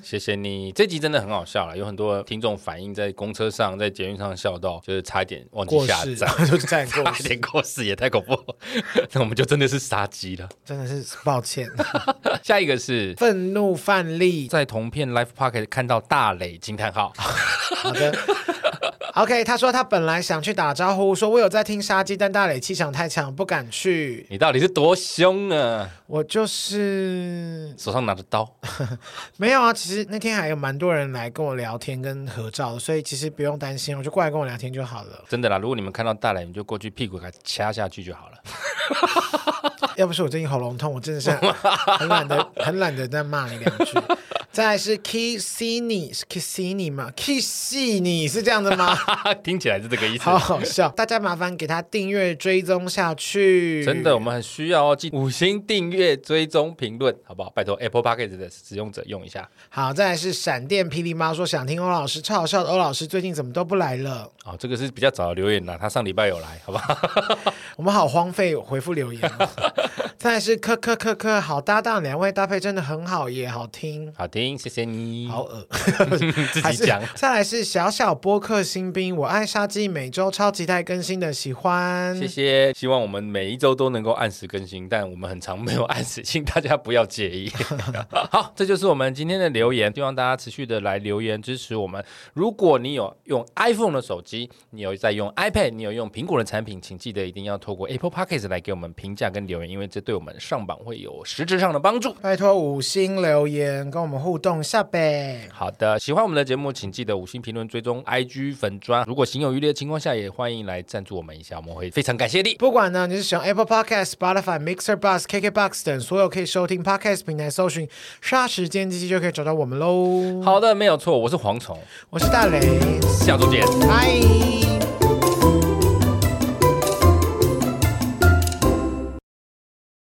Speaker 1: 谢谢你，这集真的很好笑了，有很多听众反映在公车上、在捷运上笑到，就是差一点忘记
Speaker 2: 过
Speaker 1: 下
Speaker 2: 世
Speaker 1: 站，
Speaker 2: 就 站过
Speaker 1: 差一
Speaker 2: 世
Speaker 1: 点，过世也太恐怖了， 那我们就真的是杀鸡了。
Speaker 2: 真的是抱歉。
Speaker 1: 下一个是
Speaker 2: 愤怒范例，
Speaker 1: 在同片 Life Pocket 看到大磊惊叹 号，
Speaker 2: 好的。OK，他说他本来想去打招呼，说我有在听杀鸡，但大磊气场太强，不敢去。
Speaker 1: 你到底是多凶啊？
Speaker 2: 我就是
Speaker 1: 手上拿着刀，
Speaker 2: 没有啊，其实那天还有蛮多人来跟我聊天跟合照的，所以其实不用担心，我就过来跟我聊天就好 了。
Speaker 1: 真的啦！如果你们看到大磊，你就过去屁股给他掐下去就 好了。
Speaker 2: 要不是我最近喉咙痛，我真的是很懒得很懒得再骂你两句。再来是 Kissini 是 Kissini 吗？Kissini 是这样的吗？
Speaker 1: 听起来是这个意思。
Speaker 2: 好 好笑，大家麻烦给他订阅追踪下去。
Speaker 1: 真的，我们很需要哦，记五星订阅、追踪、评论，好不好？拜托 Apple p o c k e t 的使用者用一下。
Speaker 2: 好，再来是闪电霹雳猫说想听欧老师，超好笑的欧老师最近怎么都不来了？
Speaker 1: 哦，这个是比较早的留言啦，他上礼拜有来，好不好？
Speaker 2: 我们好荒废回 复留言、哦。再来是科科科科，好搭档，两位搭配真的很好，也好听。
Speaker 1: 好听，谢谢你。
Speaker 2: 好，恶，
Speaker 1: 嗯 自
Speaker 2: 还
Speaker 1: 己
Speaker 2: 是
Speaker 1: 讲。
Speaker 2: 再来是小小播客新兵，我爱杀鸡，每周超级待更新的，喜欢。
Speaker 1: 谢谢，希望我们每一周都能够按时更新，但我们很常没有按时，请大 家不要介意。好，这就是我们今天的留言，希望大家持续的来留言支持我们。如果你有用 iPhone 的手机，你有在用 iPad，你有用苹果的产品，请记得一定要透过 Apple Podcast 来给我们评价跟留言，因为这对我们上榜会有实质上的帮助。
Speaker 2: 拜托五星留言跟我们互动一下呗。
Speaker 1: 好的，喜欢我们的节目，请记得五星评论、追踪 IG 粉砖。如果行有余力的情况下，也欢迎来赞助我们一下，我们会非常感谢你。
Speaker 2: 不管呢，你是使用 Apple Podcast、Spotify、Mixer、Bus、KKBox 等所有可以收听 Podcast 平台，搜寻“杀时间机器”就可以找到我们喽。
Speaker 1: 好的，没有错，我是蝗虫，
Speaker 2: 我是大雷，
Speaker 1: 下周见。
Speaker 2: 拜。